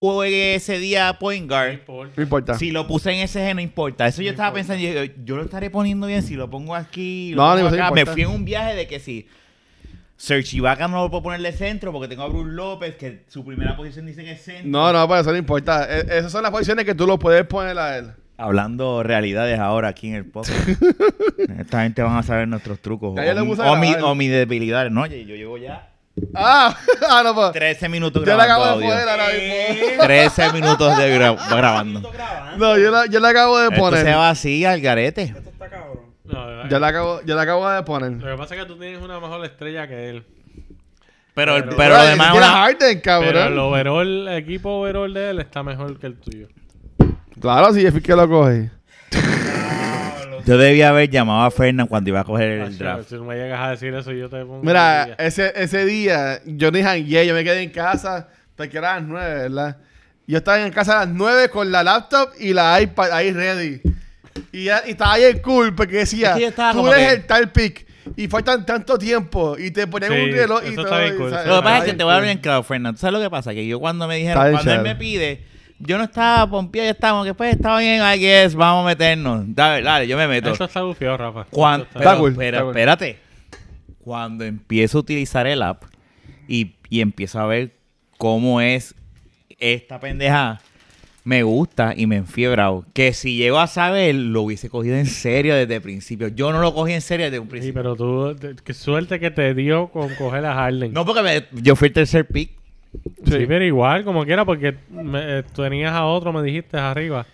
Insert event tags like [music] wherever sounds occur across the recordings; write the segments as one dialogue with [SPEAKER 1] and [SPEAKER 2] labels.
[SPEAKER 1] juegue ese día point guard,
[SPEAKER 2] No importa.
[SPEAKER 1] si lo puse en ese no importa. Eso yo estaba pensando, yo, yo lo estaré poniendo bien si lo pongo aquí. Lo
[SPEAKER 2] No,
[SPEAKER 1] pongo
[SPEAKER 2] no, eso no
[SPEAKER 1] acá. Me
[SPEAKER 2] importa.
[SPEAKER 1] fui en un viaje de que si Serge Ibaka no lo puedo ponerle centro porque tengo a Bruce López, que su primera posición dice que es centro.
[SPEAKER 2] No, no, por eso no importa. E- esas son las posiciones que tú lo puedes poner a él.
[SPEAKER 1] Hablando realidades ahora aquí en el
[SPEAKER 2] [laughs]
[SPEAKER 1] podcast. Esta gente van a saber nuestros trucos.
[SPEAKER 2] Ya yo le
[SPEAKER 1] O, mi-
[SPEAKER 2] puse a
[SPEAKER 1] o mi-
[SPEAKER 2] grabar.
[SPEAKER 1] o mis debilidades. No, yo, yo llevo ya
[SPEAKER 2] Ah, [laughs] ah, no, pues.
[SPEAKER 1] 13 minutos
[SPEAKER 2] Yo la
[SPEAKER 1] grabando
[SPEAKER 2] acabo de
[SPEAKER 1] audio.
[SPEAKER 2] poner ahora mismo.
[SPEAKER 1] 13 minutos de
[SPEAKER 2] [laughs]
[SPEAKER 1] gra- grabando.
[SPEAKER 2] No, yo la, yo la acabo de
[SPEAKER 1] Esto se
[SPEAKER 2] poner.
[SPEAKER 1] va así al garete.
[SPEAKER 3] Esto está cabrón.
[SPEAKER 4] No,
[SPEAKER 2] Yo
[SPEAKER 4] eh,
[SPEAKER 2] la acabo, yo la acabo de poner.
[SPEAKER 4] Lo que pasa es que tú tienes una mejor estrella que él.
[SPEAKER 1] Pero, el-
[SPEAKER 4] Pero-
[SPEAKER 1] pero lo
[SPEAKER 2] Oye,
[SPEAKER 1] demás es
[SPEAKER 2] tiene
[SPEAKER 1] una-
[SPEAKER 2] Harden, cabrón.
[SPEAKER 4] Pero el overall, el equipo overall de él está mejor que el tuyo.
[SPEAKER 2] Claro, si es que lo coge.
[SPEAKER 1] Yo debía haber llamado a Fernan cuando iba a coger el
[SPEAKER 4] Nacho,
[SPEAKER 1] draft.
[SPEAKER 4] Si no me llegas a decir eso, yo te pongo.
[SPEAKER 2] Mira, eh,
[SPEAKER 4] una
[SPEAKER 2] ese, ese día yo ni jangué, yo me quedé en casa, porque era a las 9, ¿verdad? Yo estaba en casa a las 9 con la laptop y la iPad ahí ready. Y, ya- y estaba ahí el cool, porque decía,
[SPEAKER 1] Es que yo estaba
[SPEAKER 2] tú
[SPEAKER 1] como
[SPEAKER 2] eres
[SPEAKER 1] que-
[SPEAKER 2] el tal pick y faltan tanto tiempo y te ponían
[SPEAKER 4] Sí,
[SPEAKER 2] un reloj y
[SPEAKER 4] eso
[SPEAKER 2] todo.
[SPEAKER 4] está bien
[SPEAKER 2] y,
[SPEAKER 4] cool,
[SPEAKER 2] ¿sabes?
[SPEAKER 1] Lo
[SPEAKER 4] eso
[SPEAKER 1] que
[SPEAKER 4] está
[SPEAKER 1] pasa es que
[SPEAKER 2] Ay,
[SPEAKER 1] te voy a
[SPEAKER 2] cool.
[SPEAKER 1] abrir en claro, Fernan. ¿Tú sabes lo que pasa? Que yo cuando me dijeron,
[SPEAKER 2] Está bien,
[SPEAKER 1] cuando él me
[SPEAKER 2] chale.
[SPEAKER 1] pide, yo no estaba pompeado, ya estaba, como que pues está bien, I guess, vamos a meternos. Dale, dale, yo me meto.
[SPEAKER 4] Eso está bufiado, Rafa.
[SPEAKER 1] Cuan-
[SPEAKER 4] Eso está-
[SPEAKER 1] pero,
[SPEAKER 2] cool,
[SPEAKER 1] pero
[SPEAKER 2] está cool.
[SPEAKER 1] espérate. Cuando empiezo a utilizar el app y, y empiezo a ver cómo es esta pendeja, me gusta y me enfiebra. Que si llego a saber, lo hubiese cogido en serio desde el principio. Yo no lo cogí en serio desde un
[SPEAKER 4] Sí,
[SPEAKER 1] principio.
[SPEAKER 4] pero tú, te- qué suerte que te dio con coger a Harden.
[SPEAKER 1] No, porque me- yo fui el tercer pick.
[SPEAKER 4] sí. pero igual, como quiera, porque me- eh, tenías a otro, me dijiste arriba,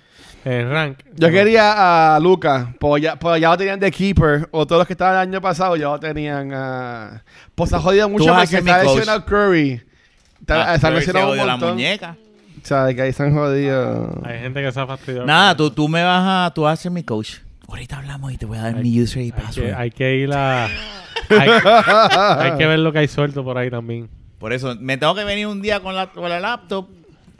[SPEAKER 4] en rank.
[SPEAKER 2] Yo quería a Luca, pero ya, pero ya lo tenían de Keeper, o todos los que estaban el año pasado ya lo tenían a... Pues se ha jodido mucho
[SPEAKER 1] vas a
[SPEAKER 2] porque se
[SPEAKER 1] ser mi
[SPEAKER 2] ha
[SPEAKER 1] coach.
[SPEAKER 2] lesionado Curry. Está-
[SPEAKER 1] Ah,
[SPEAKER 2] se ha
[SPEAKER 1] pero se
[SPEAKER 2] lesionado un
[SPEAKER 1] jodió la
[SPEAKER 2] montón.
[SPEAKER 1] muñeca.
[SPEAKER 2] O sea, que ahí se han jodido.
[SPEAKER 4] Hay gente que se ha fastidiado.
[SPEAKER 1] Nada, tú, tú me vas a, tú vas a ser mi coach. Ahorita hablamos y te voy a dar mi user y
[SPEAKER 4] Hay que,
[SPEAKER 1] password.
[SPEAKER 4] hay que ir
[SPEAKER 2] [laughs]
[SPEAKER 4] a. Hay, hay que ver lo que hay suelto por ahí también.
[SPEAKER 1] Por eso, me tengo que venir un día con la, con la laptop.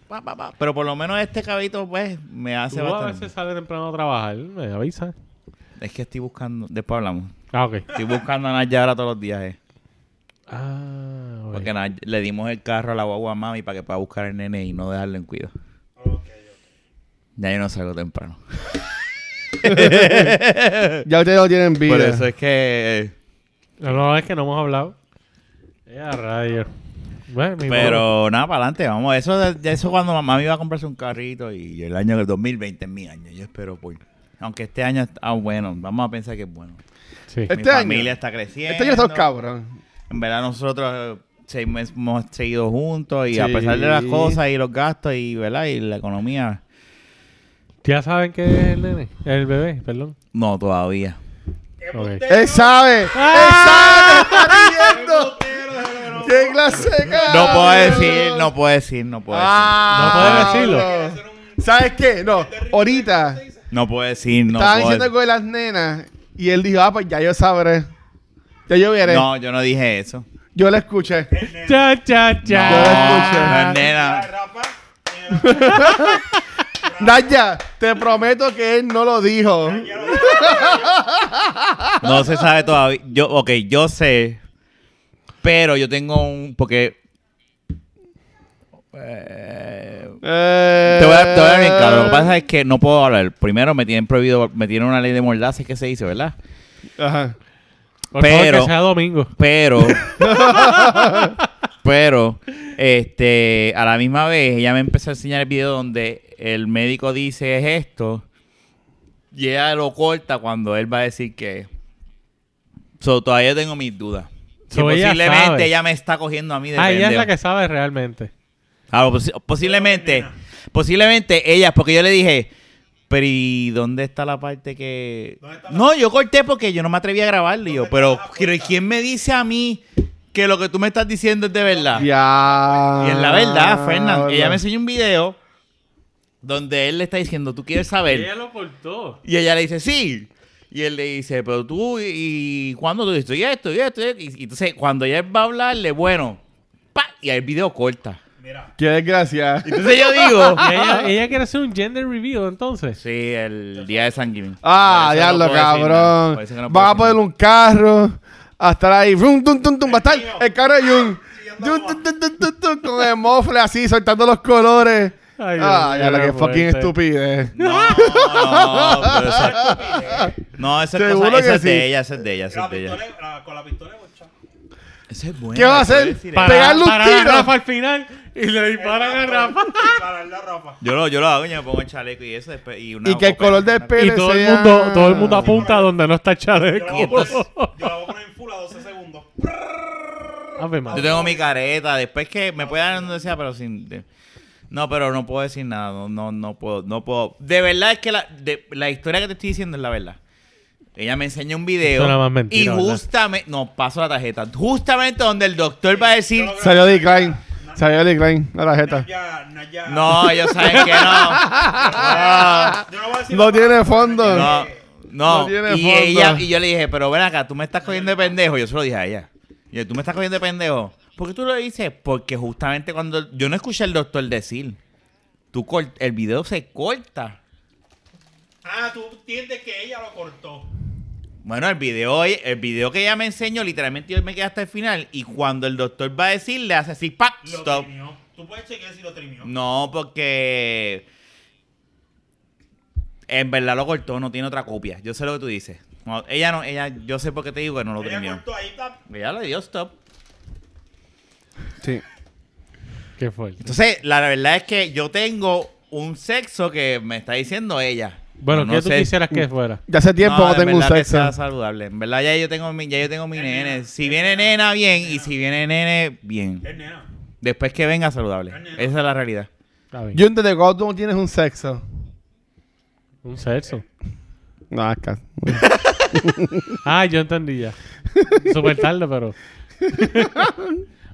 [SPEAKER 1] pa, pa, pa, Pero por lo menos este cabito, pues, me hace
[SPEAKER 4] Tú a
[SPEAKER 1] bastante.
[SPEAKER 4] veces sales temprano a trabajar, me avisa.
[SPEAKER 1] Es que estoy buscando, después hablamos.
[SPEAKER 4] Ah, ok.
[SPEAKER 1] Estoy buscando a Nayara todos los días, eh.
[SPEAKER 4] Ah, ok.
[SPEAKER 1] Porque Nay- le dimos el carro a la guagua a mami para que pueda buscar al nene y no dejarlo en cuido. Ya yo no salgo temprano.
[SPEAKER 2] Ya ustedes lo tienen vida.
[SPEAKER 1] Por eso es que.
[SPEAKER 4] No, no, es que no hemos hablado. Ya, rayo. Bueno, ni modo.
[SPEAKER 1] Pero nada, para adelante, vamos. Eso de, de eso cuando mamá me iba a comprarse un carrito y el año del 2020 es mi año. Yo espero, pues. Aunque este año está bueno, vamos a pensar que es bueno.
[SPEAKER 4] Sí.
[SPEAKER 2] Este
[SPEAKER 1] mi
[SPEAKER 2] año.
[SPEAKER 1] familia está creciendo.
[SPEAKER 2] este año está cabrón.
[SPEAKER 1] En verdad nosotros eh, se- hemos seguido juntos y a
[SPEAKER 2] Sí.
[SPEAKER 1] pesar de las cosas y los gastos y, ¿verdad? y la economía,
[SPEAKER 4] ¿Ya saben qué es el nene? El bebé, perdón.
[SPEAKER 1] no todavía.
[SPEAKER 4] Ok.
[SPEAKER 2] Él sabe. Él sabe. Está riendo. ¡Qué clase de
[SPEAKER 1] No puedo
[SPEAKER 2] cabrón!
[SPEAKER 1] decir, no puedo decir, no puedo decir.
[SPEAKER 2] Ah,
[SPEAKER 4] No puedes decirlo.
[SPEAKER 2] cabrón. ¿Sabes qué? No, ahorita
[SPEAKER 1] No puedo decir, no
[SPEAKER 2] estaban
[SPEAKER 1] puedo decir.
[SPEAKER 2] diciendo algo de las nenas y él dijo, ah, pues ya yo sabré. Ya yo veré.
[SPEAKER 1] No, yo no dije eso.
[SPEAKER 2] Yo la escuché.
[SPEAKER 4] Cha, cha,
[SPEAKER 1] No,
[SPEAKER 4] cha.
[SPEAKER 1] no, nena.
[SPEAKER 3] Rafa,
[SPEAKER 2] Naya, te prometo que él no lo dijo.
[SPEAKER 1] No se sabe todavía. Yo, ok, yo sé. Pero yo tengo un. Porque. Eh,
[SPEAKER 2] Eh,
[SPEAKER 1] te voy a te voy a dar bien claro. Lo que pasa es que no puedo hablar. Primero, me tienen prohibido. Me tienen una ley de mordaza, es que se dice, ¿verdad?
[SPEAKER 2] Ajá.
[SPEAKER 4] Por favor,
[SPEAKER 1] Pero-
[SPEAKER 4] que sea domingo. [laughs]
[SPEAKER 1] Pero. pero. Este. A la misma vez, ella me empezó a enseñar el video donde el médico dice es esto. Y ella lo corta cuando él va a decir que. So, todavía tengo mis dudas. Que
[SPEAKER 4] So, ella
[SPEAKER 1] posiblemente
[SPEAKER 4] sabe.
[SPEAKER 1] ella me está cogiendo a mí de
[SPEAKER 4] Ah, ella es la
[SPEAKER 1] pendejo.
[SPEAKER 4] que sabe realmente.
[SPEAKER 1] Ah, posi- posiblemente. Posiblemente ella, porque yo le dije. Pero ¿y dónde está la parte que.? No, yo corté porque yo no me atreví a grabarlo. Y yo, pero pero ¿quién me dice a mí que lo que tú me estás diciendo es de [laughs] verdad?
[SPEAKER 2] Ya. Ah,
[SPEAKER 1] Y es la verdad, Fernán. Ella
[SPEAKER 2] Hola.
[SPEAKER 1] me enseñó un video donde él le está diciendo, tú quieres saber.
[SPEAKER 4] lo cortó.
[SPEAKER 1] Y ella le dice, sí. Y él le dice, pero tú, ¿y y cuándo tú dices? Y esto, y esto, y esto. Y entonces, cuando ella va a hablarle, bueno, pa, y el video corta.
[SPEAKER 3] mira,
[SPEAKER 2] Qué desgracia.
[SPEAKER 1] Entonces yo [laughs] digo,
[SPEAKER 4] Ella, ella quiere hacer un gender review, entonces.
[SPEAKER 1] Sí, el día de San Giving.
[SPEAKER 2] Ah,
[SPEAKER 1] Por eso
[SPEAKER 2] diablo,
[SPEAKER 1] no puedo decir nada.
[SPEAKER 2] cabrón.
[SPEAKER 1] Por eso que no puedo
[SPEAKER 2] Van a
[SPEAKER 1] decir
[SPEAKER 2] poner
[SPEAKER 1] nada. Ah,
[SPEAKER 2] un carro a estar ahí. Rum, tum, tum, tum, va a estar el carro de Jun. Dun, dun, dun, dun, dun, dun, con el mofle así, soltando los colores. Ay,
[SPEAKER 4] Ay, Dios mío,
[SPEAKER 2] ya la
[SPEAKER 4] qué
[SPEAKER 2] que fucking
[SPEAKER 4] fuerte.
[SPEAKER 2] estupidez.
[SPEAKER 1] No,
[SPEAKER 2] [laughs]
[SPEAKER 1] no, pero esa, no, esa, es
[SPEAKER 2] Seguro
[SPEAKER 1] cosa, esa
[SPEAKER 2] que
[SPEAKER 1] es de
[SPEAKER 2] sí.
[SPEAKER 1] ella, esa es de ella, esa es de ella.
[SPEAKER 3] ah, con la pistola bocha.
[SPEAKER 1] Esa es buena,
[SPEAKER 2] ¿Qué va a
[SPEAKER 1] puedes
[SPEAKER 2] hacer?
[SPEAKER 1] decir
[SPEAKER 2] Pa-
[SPEAKER 1] eso.
[SPEAKER 2] Pegarle un
[SPEAKER 4] parar a
[SPEAKER 2] tiro.
[SPEAKER 4] Rafa al final y le disparan
[SPEAKER 2] [laughs]
[SPEAKER 4] a Rafa.
[SPEAKER 3] Para la Rafa.
[SPEAKER 1] Yo lo, yo lo hago, yo me pongo el chaleco y eso. después- Y, una Ah.
[SPEAKER 2] Y que el
[SPEAKER 1] copera.
[SPEAKER 2] color del pelo
[SPEAKER 4] Y todo el
[SPEAKER 2] sea-
[SPEAKER 4] mundo, todo el mundo apunta donde no está el
[SPEAKER 3] Yo la, voy a
[SPEAKER 4] chaleco.
[SPEAKER 3] poner, yo la voy a poner en full a 12 segundos.
[SPEAKER 4] Ave
[SPEAKER 1] Yo
[SPEAKER 4] madre.
[SPEAKER 1] tengo mi careta, después que me puede dar donde sea, pero sin... de- no, pero no puedo decir nada, no, no, no puedo, no puedo. De verdad es que la, de- la historia que te estoy diciendo es la verdad. Ella me enseña un video
[SPEAKER 4] Eso era más mentira,
[SPEAKER 1] y
[SPEAKER 4] ¿verdad?
[SPEAKER 1] justamente, no, paso la tarjeta, justamente donde el doctor va a decir,
[SPEAKER 2] Salió decline. Salió decline a la jeta.
[SPEAKER 3] Naya, Naya.
[SPEAKER 1] no, ellos saben que no,
[SPEAKER 3] Yo no voy a decir
[SPEAKER 2] No
[SPEAKER 3] la
[SPEAKER 2] tiene
[SPEAKER 3] palabra,
[SPEAKER 2] fondo.
[SPEAKER 3] Naya.
[SPEAKER 1] no, no.
[SPEAKER 2] No tiene
[SPEAKER 1] y
[SPEAKER 2] fondo.
[SPEAKER 1] ella, y yo le dije, pero ven acá, tú me estás cogiendo de pendejo, yo se lo dije a ella. Y yo, tú me estás cogiendo de pendejo. ¿Por qué tú lo dices? Porque justamente cuando yo no escuché al doctor decir, tú cort- el video se corta.
[SPEAKER 3] Ah, tú entiendes que ella lo cortó.
[SPEAKER 1] Bueno, el video, el video que ella me enseñó, literalmente yo me quedé hasta el final. Y cuando el doctor va a decir, le hace así, ¡pap!
[SPEAKER 3] Lo
[SPEAKER 1] Stop.
[SPEAKER 3] trimió. Tú puedes chequear si lo trimió.
[SPEAKER 1] No, porque. En verdad lo cortó, no tiene otra copia. Yo sé lo que tú dices. No, ella no, ella, yo sé por qué te digo que no lo
[SPEAKER 3] ella
[SPEAKER 1] terminó.
[SPEAKER 3] cortó ahí. pa-
[SPEAKER 1] Ella le dio stop.
[SPEAKER 2] Sí.
[SPEAKER 4] Qué fuerte.
[SPEAKER 1] Entonces, la verdad es que yo tengo un sexo que me está diciendo ella.
[SPEAKER 4] Bueno,
[SPEAKER 1] Pero
[SPEAKER 4] ¿qué
[SPEAKER 1] no
[SPEAKER 4] tú
[SPEAKER 1] sé-
[SPEAKER 4] quisieras
[SPEAKER 2] Mm.
[SPEAKER 4] que fuera?
[SPEAKER 2] Ya hace tiempo
[SPEAKER 1] No,
[SPEAKER 2] no
[SPEAKER 1] en
[SPEAKER 2] tengo un
[SPEAKER 1] verdad que
[SPEAKER 2] sexo.
[SPEAKER 1] sea saludable. En verdad ya yo tengo mi, ya yo tengo mi
[SPEAKER 3] Es
[SPEAKER 1] nene.
[SPEAKER 3] nena,
[SPEAKER 1] Si
[SPEAKER 3] es
[SPEAKER 1] viene
[SPEAKER 3] nena,
[SPEAKER 1] nena, bien.
[SPEAKER 3] es
[SPEAKER 1] Y
[SPEAKER 3] nena.
[SPEAKER 1] si viene nene, bien.
[SPEAKER 3] Es nena.
[SPEAKER 1] Después que venga, saludable.
[SPEAKER 3] Es nena.
[SPEAKER 1] Esa es la realidad.
[SPEAKER 4] Está bien.
[SPEAKER 2] Yo entiendo que cuando tú no tienes un sexo.
[SPEAKER 4] Un sexo.
[SPEAKER 2] No,
[SPEAKER 1] [laughs]
[SPEAKER 2] acá.
[SPEAKER 4] Ah, yo entendí ya. [laughs] Súper tarde, pero.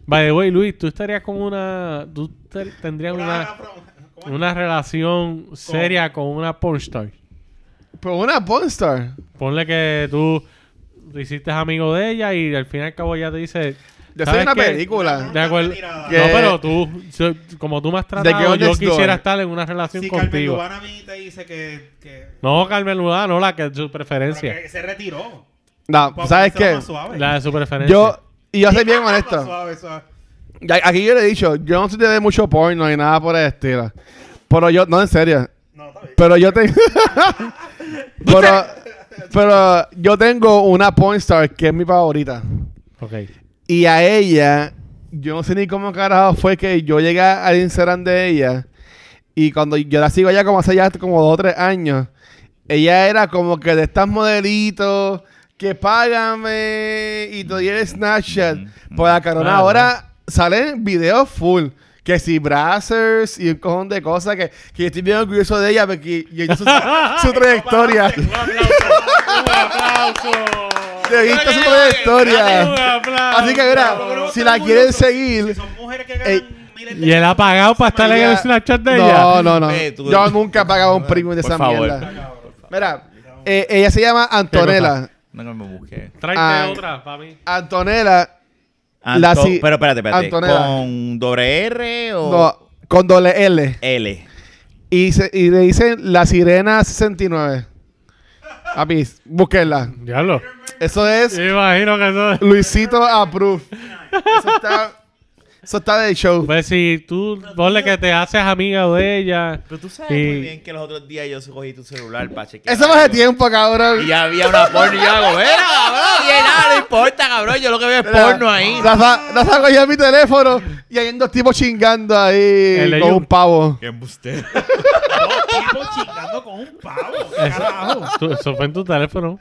[SPEAKER 4] By the way, Luis, tú estarías con una. Tú te- tendrías una,
[SPEAKER 3] afro- ¿cómo es?
[SPEAKER 4] una relación seria con una pornstar.
[SPEAKER 2] Pero una pornstar.
[SPEAKER 4] Ponle que tú te hiciste amigo de ella y al fin y al cabo ella te dice.
[SPEAKER 2] Ya soy
[SPEAKER 4] "¿Sabes
[SPEAKER 2] una
[SPEAKER 4] qué?
[SPEAKER 2] película.
[SPEAKER 4] De acuerdo.
[SPEAKER 3] Retirada.
[SPEAKER 4] No,
[SPEAKER 2] Que-
[SPEAKER 4] pero tú, so- como tú me has
[SPEAKER 2] que
[SPEAKER 4] tratado,
[SPEAKER 2] on
[SPEAKER 4] yo
[SPEAKER 2] next door.
[SPEAKER 4] quisiera estar en una relación
[SPEAKER 3] Si Carmen
[SPEAKER 4] contigo.
[SPEAKER 3] Lubana a mí te dice que, que,
[SPEAKER 4] No, Carmen Lubana, no la que es su
[SPEAKER 3] pero
[SPEAKER 4] preferencia.
[SPEAKER 3] que se retiró.
[SPEAKER 2] No,
[SPEAKER 3] Para
[SPEAKER 2] ¿sabes
[SPEAKER 3] ponérselo
[SPEAKER 2] qué?
[SPEAKER 3] más suave.
[SPEAKER 4] La de su preferencia.
[SPEAKER 2] Yo, y yo soy bien
[SPEAKER 3] Más
[SPEAKER 2] honesto.
[SPEAKER 3] suave, suave.
[SPEAKER 2] Ya- Aquí yo le he dicho, yo no soy de mucho porno ni nada por el estilo. Pero yo, no, en serio.
[SPEAKER 3] No, está bien.
[SPEAKER 2] Pero [laughs]
[SPEAKER 3] [laughs]
[SPEAKER 2] yo tengo. pero, pero yo tengo una pornstar que es mi favorita.
[SPEAKER 4] Ok.
[SPEAKER 2] Y a ella, yo no sé ni cómo carajo fue que yo llegué al Instagram de ella. Y cuando yo la sigo allá como hace ya como dos o tres años, ella era como que de estas modelitos que págame y te doy el Snapchat.
[SPEAKER 1] Ujú,
[SPEAKER 2] Pues la carona
[SPEAKER 4] Ah,
[SPEAKER 2] ahora salen videos full. Que si bracers y un cojón de cosas que, que yo estoy bien orgulloso de ella porque yo, yo su, su trayectoria.
[SPEAKER 4] Un aplauso.
[SPEAKER 2] Yo he visto su trayectoria. Así que
[SPEAKER 3] Pero
[SPEAKER 2] mira,
[SPEAKER 3] no
[SPEAKER 2] si
[SPEAKER 3] te
[SPEAKER 2] la quieren
[SPEAKER 3] orgulloso,
[SPEAKER 2] seguir, [laughs]
[SPEAKER 3] Si son mujeres que ganan
[SPEAKER 2] Ey.
[SPEAKER 3] miles de
[SPEAKER 4] Y él ha pagado para estar en el
[SPEAKER 2] Ella-
[SPEAKER 4] Snapchat de ella.
[SPEAKER 2] No, no, no.
[SPEAKER 1] Ve, tú-
[SPEAKER 2] Yo nunca pagaba un premium de
[SPEAKER 1] Por
[SPEAKER 2] esa
[SPEAKER 1] favor.
[SPEAKER 2] mierda. Mira, eh, ella se llama Antonella.
[SPEAKER 1] No que me busque.
[SPEAKER 4] Tráete
[SPEAKER 2] Ah.
[SPEAKER 4] otra para mí.
[SPEAKER 2] Antonella, La
[SPEAKER 1] Anto-
[SPEAKER 2] si-
[SPEAKER 1] pero espérate, espérate.
[SPEAKER 2] Antonella.
[SPEAKER 1] ¿Con doble R o
[SPEAKER 2] no, con doble L.
[SPEAKER 1] L?
[SPEAKER 2] Y, se- y le dicen La Sirena 69. Papi, búsquenla.
[SPEAKER 4] Diablo.
[SPEAKER 2] Eso es
[SPEAKER 4] Yo imagino que eso.
[SPEAKER 2] Luisito Approve. Eso está, eso está de show.
[SPEAKER 4] Pues si tú, ponle que te haces amiga de ella.
[SPEAKER 1] Pero tú sabes
[SPEAKER 4] Sí.
[SPEAKER 1] muy bien que los otros días yo cogí tu celular para chequear.
[SPEAKER 2] Eso no hace
[SPEAKER 1] algo.
[SPEAKER 2] tiempo, cabrón.
[SPEAKER 1] Y ya había una porno y yo hago, mira, cabrón, y nada, no importa, cabrón, yo lo que veo es porno ahí.
[SPEAKER 2] Rafa, Rafa cogía mi teléfono y hay dos tipos chingando ahí
[SPEAKER 4] El de
[SPEAKER 2] con
[SPEAKER 4] Yum.
[SPEAKER 2] un pavo.
[SPEAKER 1] ¿Qué embuste?
[SPEAKER 3] Dos tipos chingando con un pavo. Carajo.
[SPEAKER 4] Tú- eso fue en tu teléfono.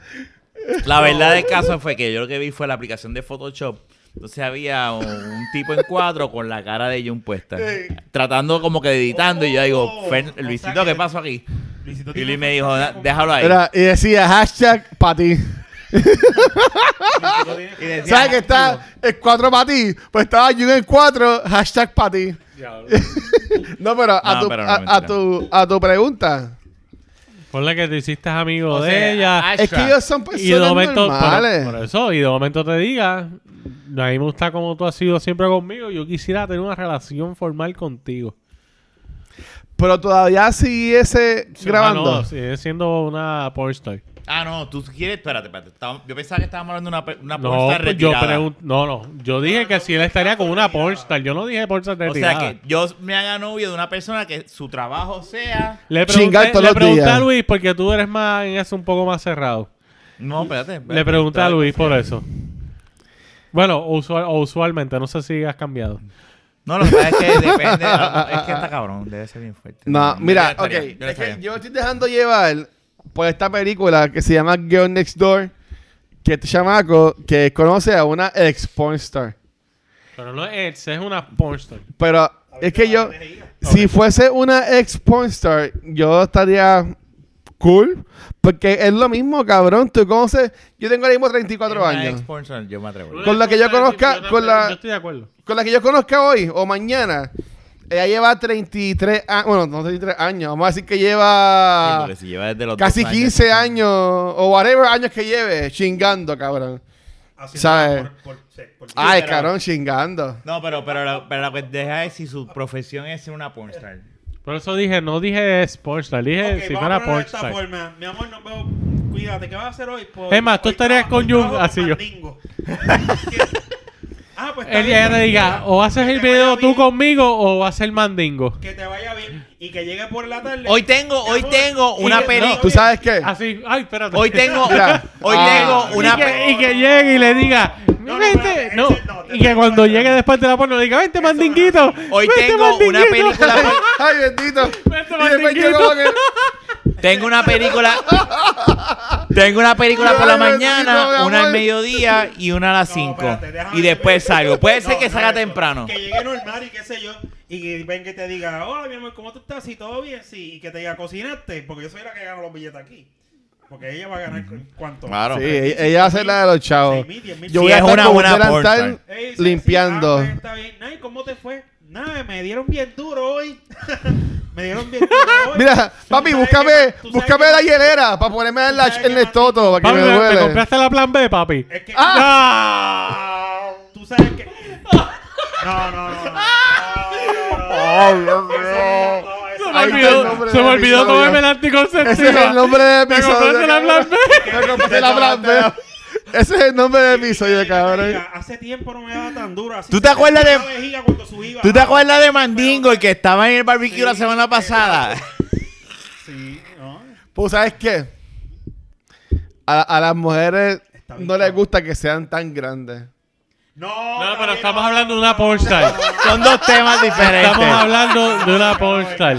[SPEAKER 1] La verdad del caso fue que yo lo que vi fue la aplicación de Photoshop. Entonces había un, un tipo en cuadro con la cara de John puesta.
[SPEAKER 2] Sí.
[SPEAKER 1] Tratando como que editando. y yo digo,
[SPEAKER 3] Oh,
[SPEAKER 1] Fer-
[SPEAKER 3] o sea
[SPEAKER 1] Luisito,
[SPEAKER 3] que-
[SPEAKER 1] ¿qué pasó aquí?
[SPEAKER 3] Luisito
[SPEAKER 1] Y
[SPEAKER 3] tiene
[SPEAKER 1] Luis
[SPEAKER 3] un
[SPEAKER 1] me dijo,
[SPEAKER 3] fantasma
[SPEAKER 1] "Da-
[SPEAKER 3] con-
[SPEAKER 1] déjalo ahí.
[SPEAKER 2] Era- y decía hashtag para ti.
[SPEAKER 3] Luisito tiene
[SPEAKER 1] "Ah". Y decía,
[SPEAKER 2] ¿Sabes que está el 4 para ti? Pues estaba yo en el 4, hashtag para ti. [laughs] No, pero, a,
[SPEAKER 1] No,
[SPEAKER 2] tu,
[SPEAKER 1] pero no,
[SPEAKER 2] a- a,
[SPEAKER 1] mentira.
[SPEAKER 2] tu, a tu pregunta.
[SPEAKER 4] Ponle que te hiciste amigo
[SPEAKER 1] O
[SPEAKER 4] de
[SPEAKER 1] sea, ah,
[SPEAKER 4] ella.
[SPEAKER 1] Asha.
[SPEAKER 2] Es que ellos son
[SPEAKER 4] Y de
[SPEAKER 2] personas
[SPEAKER 4] momento,
[SPEAKER 2] normales.
[SPEAKER 4] por, por eso, y de momento te diga, a mí me gusta como tú has sido siempre conmigo, yo quisiera tener una relación formal contigo.
[SPEAKER 2] Pero todavía siguiese
[SPEAKER 4] Sí, ah,
[SPEAKER 2] grabando.
[SPEAKER 4] no, sigue siendo una pornstar.
[SPEAKER 1] Ah, no, tú quieres. Espérate, espérate. Estaba- Yo pensaba que estábamos hablando de una, pe- una
[SPEAKER 4] No,
[SPEAKER 1] pornstar
[SPEAKER 4] pues yo
[SPEAKER 1] retirada.
[SPEAKER 4] pregun- no, no. Yo dije que si él estaría con una pornstar. Yo no dije pornstar
[SPEAKER 1] O sea
[SPEAKER 4] retirada.
[SPEAKER 1] que yo me haga novio de una persona que su trabajo sea.
[SPEAKER 4] Le
[SPEAKER 2] Chingar
[SPEAKER 4] pregunté,
[SPEAKER 2] todos
[SPEAKER 4] le
[SPEAKER 2] los
[SPEAKER 4] pregunté
[SPEAKER 2] días.
[SPEAKER 4] a Luis porque tú eres más en eso un poco más cerrado.
[SPEAKER 1] No, espérate. espérate.
[SPEAKER 4] Le pregunté a Luis por eso. Bueno, usual- o usualmente, no sé si has cambiado.
[SPEAKER 1] No, lo que pasa es que depende. Es que está cabrón, debe ser bien fuerte.
[SPEAKER 2] No, mira,
[SPEAKER 1] yo
[SPEAKER 2] ok.
[SPEAKER 1] le estaría, yo le
[SPEAKER 2] es que
[SPEAKER 1] estaría.
[SPEAKER 2] yo estoy dejando llevar por esta película que se llama Girl Next Door, que este chamaco que conoce a una ex pornstar.
[SPEAKER 4] Pero no es él, es una pornstar.
[SPEAKER 2] Pero es que yo, si fuese una ex pornstar, yo estaría cool. Porque es lo mismo, cabrón. Tú conoces. Yo tengo ahora mismo 34
[SPEAKER 1] Una
[SPEAKER 2] años.
[SPEAKER 1] ex-pornstar, yo me atrevo.
[SPEAKER 2] Con la que yo conozca,
[SPEAKER 4] Yo no-
[SPEAKER 2] con la-
[SPEAKER 4] Yo estoy de acuerdo.
[SPEAKER 2] Con la que yo conozca hoy o mañana, ella lleva 33 años. Bueno, no 33 años. Vamos a decir que lleva.
[SPEAKER 1] Porque si lleva desde los
[SPEAKER 2] Ah, Casi
[SPEAKER 1] dos
[SPEAKER 2] 15 años o whatever años que lleve chingando, cabrón.
[SPEAKER 3] Haciendo
[SPEAKER 2] ¿Sabes?
[SPEAKER 3] por- por- se- por-
[SPEAKER 2] Ay,
[SPEAKER 1] pero-
[SPEAKER 2] cabrón, chingando.
[SPEAKER 1] No, pero, pero, la- pero la pendeja es si su profesión es ser una pornstar.
[SPEAKER 4] Por eso dije, no dije es pornstar, dije
[SPEAKER 3] Ok,
[SPEAKER 4] si
[SPEAKER 3] vamos
[SPEAKER 4] fuera
[SPEAKER 3] a ponerlo de esta
[SPEAKER 4] pornstar.
[SPEAKER 3] forma. Mi amor, nos vemos. Cuídate, ¿qué vas a hacer hoy? Pues,
[SPEAKER 4] Es más, tú
[SPEAKER 3] hoy
[SPEAKER 4] estarías
[SPEAKER 3] trabajo-
[SPEAKER 4] con Jun,
[SPEAKER 3] trabajo
[SPEAKER 4] así yo.
[SPEAKER 3] Mandingo. [laughs] ah, pues está
[SPEAKER 4] Él
[SPEAKER 3] bien,
[SPEAKER 4] ya le diga,
[SPEAKER 3] tranquila.
[SPEAKER 4] o haces
[SPEAKER 3] Que
[SPEAKER 4] el
[SPEAKER 3] te vaya
[SPEAKER 4] video tú
[SPEAKER 3] bien,
[SPEAKER 4] conmigo o va a ser mandingo.
[SPEAKER 3] Que te vaya bien y que llegue por la tarde.
[SPEAKER 1] Hoy tengo,
[SPEAKER 3] Mi
[SPEAKER 1] hoy
[SPEAKER 3] amor,
[SPEAKER 1] tengo
[SPEAKER 3] y
[SPEAKER 1] una
[SPEAKER 3] que-
[SPEAKER 1] peli-
[SPEAKER 3] no,
[SPEAKER 2] ¿Tú sabes qué?
[SPEAKER 4] Así, ay, espérate.
[SPEAKER 1] Hoy
[SPEAKER 2] [laughs]
[SPEAKER 1] tengo,
[SPEAKER 2] Mira.
[SPEAKER 1] hoy
[SPEAKER 2] Ah.
[SPEAKER 1] tengo una
[SPEAKER 4] y, que,
[SPEAKER 1] pe-
[SPEAKER 4] y que llegue y le diga,
[SPEAKER 3] No, no,
[SPEAKER 4] vente, no,
[SPEAKER 3] no, ese no, te
[SPEAKER 4] y que
[SPEAKER 3] lo
[SPEAKER 4] cuando
[SPEAKER 3] recuerdo.
[SPEAKER 4] llegue después de la porno le diga, vente mandinguito.
[SPEAKER 1] Hoy
[SPEAKER 4] vente,
[SPEAKER 1] tengo una
[SPEAKER 4] mandinguito".
[SPEAKER 1] película,
[SPEAKER 2] Ay,
[SPEAKER 1] [laughs]
[SPEAKER 2] bendito.
[SPEAKER 1] Pues,
[SPEAKER 4] Vete,
[SPEAKER 2] Y después yo como que-
[SPEAKER 1] tengo una película, tengo una película por la
[SPEAKER 2] Ay, bendito, mi
[SPEAKER 1] mañana,
[SPEAKER 2] amor.
[SPEAKER 1] una al mediodía y una a las
[SPEAKER 3] No,
[SPEAKER 1] 5.
[SPEAKER 3] espérate, déjame
[SPEAKER 1] Y
[SPEAKER 3] ver.
[SPEAKER 1] después salgo. Puede ser
[SPEAKER 3] No,
[SPEAKER 1] que
[SPEAKER 3] no,
[SPEAKER 1] salga
[SPEAKER 3] eso.
[SPEAKER 1] temprano.
[SPEAKER 3] Que llegue normal y qué sé yo. Y que venga y te diga, hola mi amor, ¿cómo tú estás? ¿Y todo bien? Sí. Y que te diga, cocinaste. Porque yo soy la que gano los billetes aquí. Porque ella va a ganar cu- cuánto.
[SPEAKER 1] Claro.
[SPEAKER 2] Sí, ella ella hace la de los chavos.
[SPEAKER 3] Seis mil, diez mil.
[SPEAKER 2] Yo
[SPEAKER 1] Sí,
[SPEAKER 2] voy a
[SPEAKER 1] es
[SPEAKER 2] estar
[SPEAKER 1] una
[SPEAKER 2] como un
[SPEAKER 1] buena
[SPEAKER 2] delantal
[SPEAKER 1] pornstar.
[SPEAKER 3] Ey, sí, sí,
[SPEAKER 2] limpiando.
[SPEAKER 3] ah, pues, está bien. Ay, ¿cómo te fue? Nada, me dieron bien duro hoy. me dieron bien duro hoy.
[SPEAKER 2] Mira,
[SPEAKER 3] Tú
[SPEAKER 2] papi,
[SPEAKER 3] sabes
[SPEAKER 2] búscame,
[SPEAKER 3] que- tú sabes
[SPEAKER 2] búscame
[SPEAKER 3] que-
[SPEAKER 2] la hielera para ponerme en, la,
[SPEAKER 3] sabes
[SPEAKER 2] en
[SPEAKER 3] que-
[SPEAKER 2] el toto para
[SPEAKER 4] Papi,
[SPEAKER 2] que me
[SPEAKER 4] ¿me- me
[SPEAKER 2] duele.
[SPEAKER 4] compraste la plan B, papi.
[SPEAKER 3] Es que,
[SPEAKER 4] ¡Ah!
[SPEAKER 3] tú sabes que... No, no, no. no, no, no, no.
[SPEAKER 2] Ay, Dios mío.
[SPEAKER 3] Eso no,
[SPEAKER 4] Se
[SPEAKER 3] eso
[SPEAKER 4] me
[SPEAKER 3] no.
[SPEAKER 2] Ahí está el
[SPEAKER 4] olvidó,
[SPEAKER 2] nombre
[SPEAKER 4] se me
[SPEAKER 2] del
[SPEAKER 4] olvidó
[SPEAKER 2] episodio.
[SPEAKER 4] tomarme la anticonceptiva.
[SPEAKER 2] Ese es el nombre del
[SPEAKER 4] ¿Me compraste
[SPEAKER 2] episodio.
[SPEAKER 4] la plan
[SPEAKER 2] cabrón.
[SPEAKER 4] B?
[SPEAKER 2] Me compraste la plan B. Ese es el nombre del episodio, cabrón.
[SPEAKER 3] Mira, Hace tiempo no me daba tan duro así.
[SPEAKER 1] ¿Tú te acuerdas de-
[SPEAKER 3] La vejiga cuando subí,
[SPEAKER 1] ¿Tú te
[SPEAKER 3] bajaba.
[SPEAKER 1] acuerdas de Mandingo, el que estaba en el barbecue
[SPEAKER 3] Sí,
[SPEAKER 1] la semana pasada?
[SPEAKER 3] Sí, no.
[SPEAKER 2] Pues, ¿sabes qué? A, a las mujeres
[SPEAKER 3] Está bien,
[SPEAKER 2] no les
[SPEAKER 3] cabrón.
[SPEAKER 2] gusta que sean tan grandes.
[SPEAKER 3] No,
[SPEAKER 4] No,
[SPEAKER 3] está
[SPEAKER 4] pero
[SPEAKER 3] bien,
[SPEAKER 4] estamos
[SPEAKER 3] no,
[SPEAKER 4] hablando de
[SPEAKER 3] no,
[SPEAKER 4] una
[SPEAKER 3] no, [laughs]
[SPEAKER 4] pornstar.
[SPEAKER 3] no, no, no.
[SPEAKER 1] Son dos temas
[SPEAKER 4] Estamos
[SPEAKER 1] diferentes.
[SPEAKER 4] hablando de una pornstar.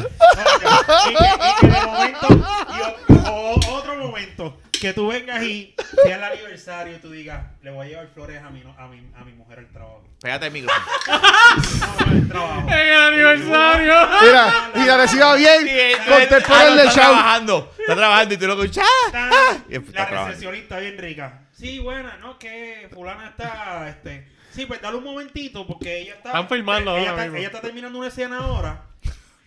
[SPEAKER 3] Y que, y que de momento, y o- o- otro momento, que tú vengas y sea el aniversario y tú digas, le voy a llevar flores a mi, no- a mi, a mi mujer al trabajo.
[SPEAKER 1] Pégate el micrófono.
[SPEAKER 3] No, no, al
[SPEAKER 4] [laughs]
[SPEAKER 3] trabajo.
[SPEAKER 4] ¡En el aniversario!
[SPEAKER 2] Mira, y la reciba bien.
[SPEAKER 1] Ah,
[SPEAKER 2] Contestar
[SPEAKER 1] no,
[SPEAKER 2] el
[SPEAKER 1] está
[SPEAKER 2] chao.
[SPEAKER 1] trabajando. Está trabajando y tú lo "Ah". escuchas.
[SPEAKER 3] Tan,
[SPEAKER 1] Y está
[SPEAKER 3] La
[SPEAKER 1] trabajando.
[SPEAKER 3] recepcionista bien rica. Ah. Sí, buena, no, que fulana está, este... Sí, pues dale un momentito porque ella está...
[SPEAKER 4] Están filmando ahora
[SPEAKER 3] ella, está,
[SPEAKER 4] mismo.
[SPEAKER 3] ella está terminando una escena ahora.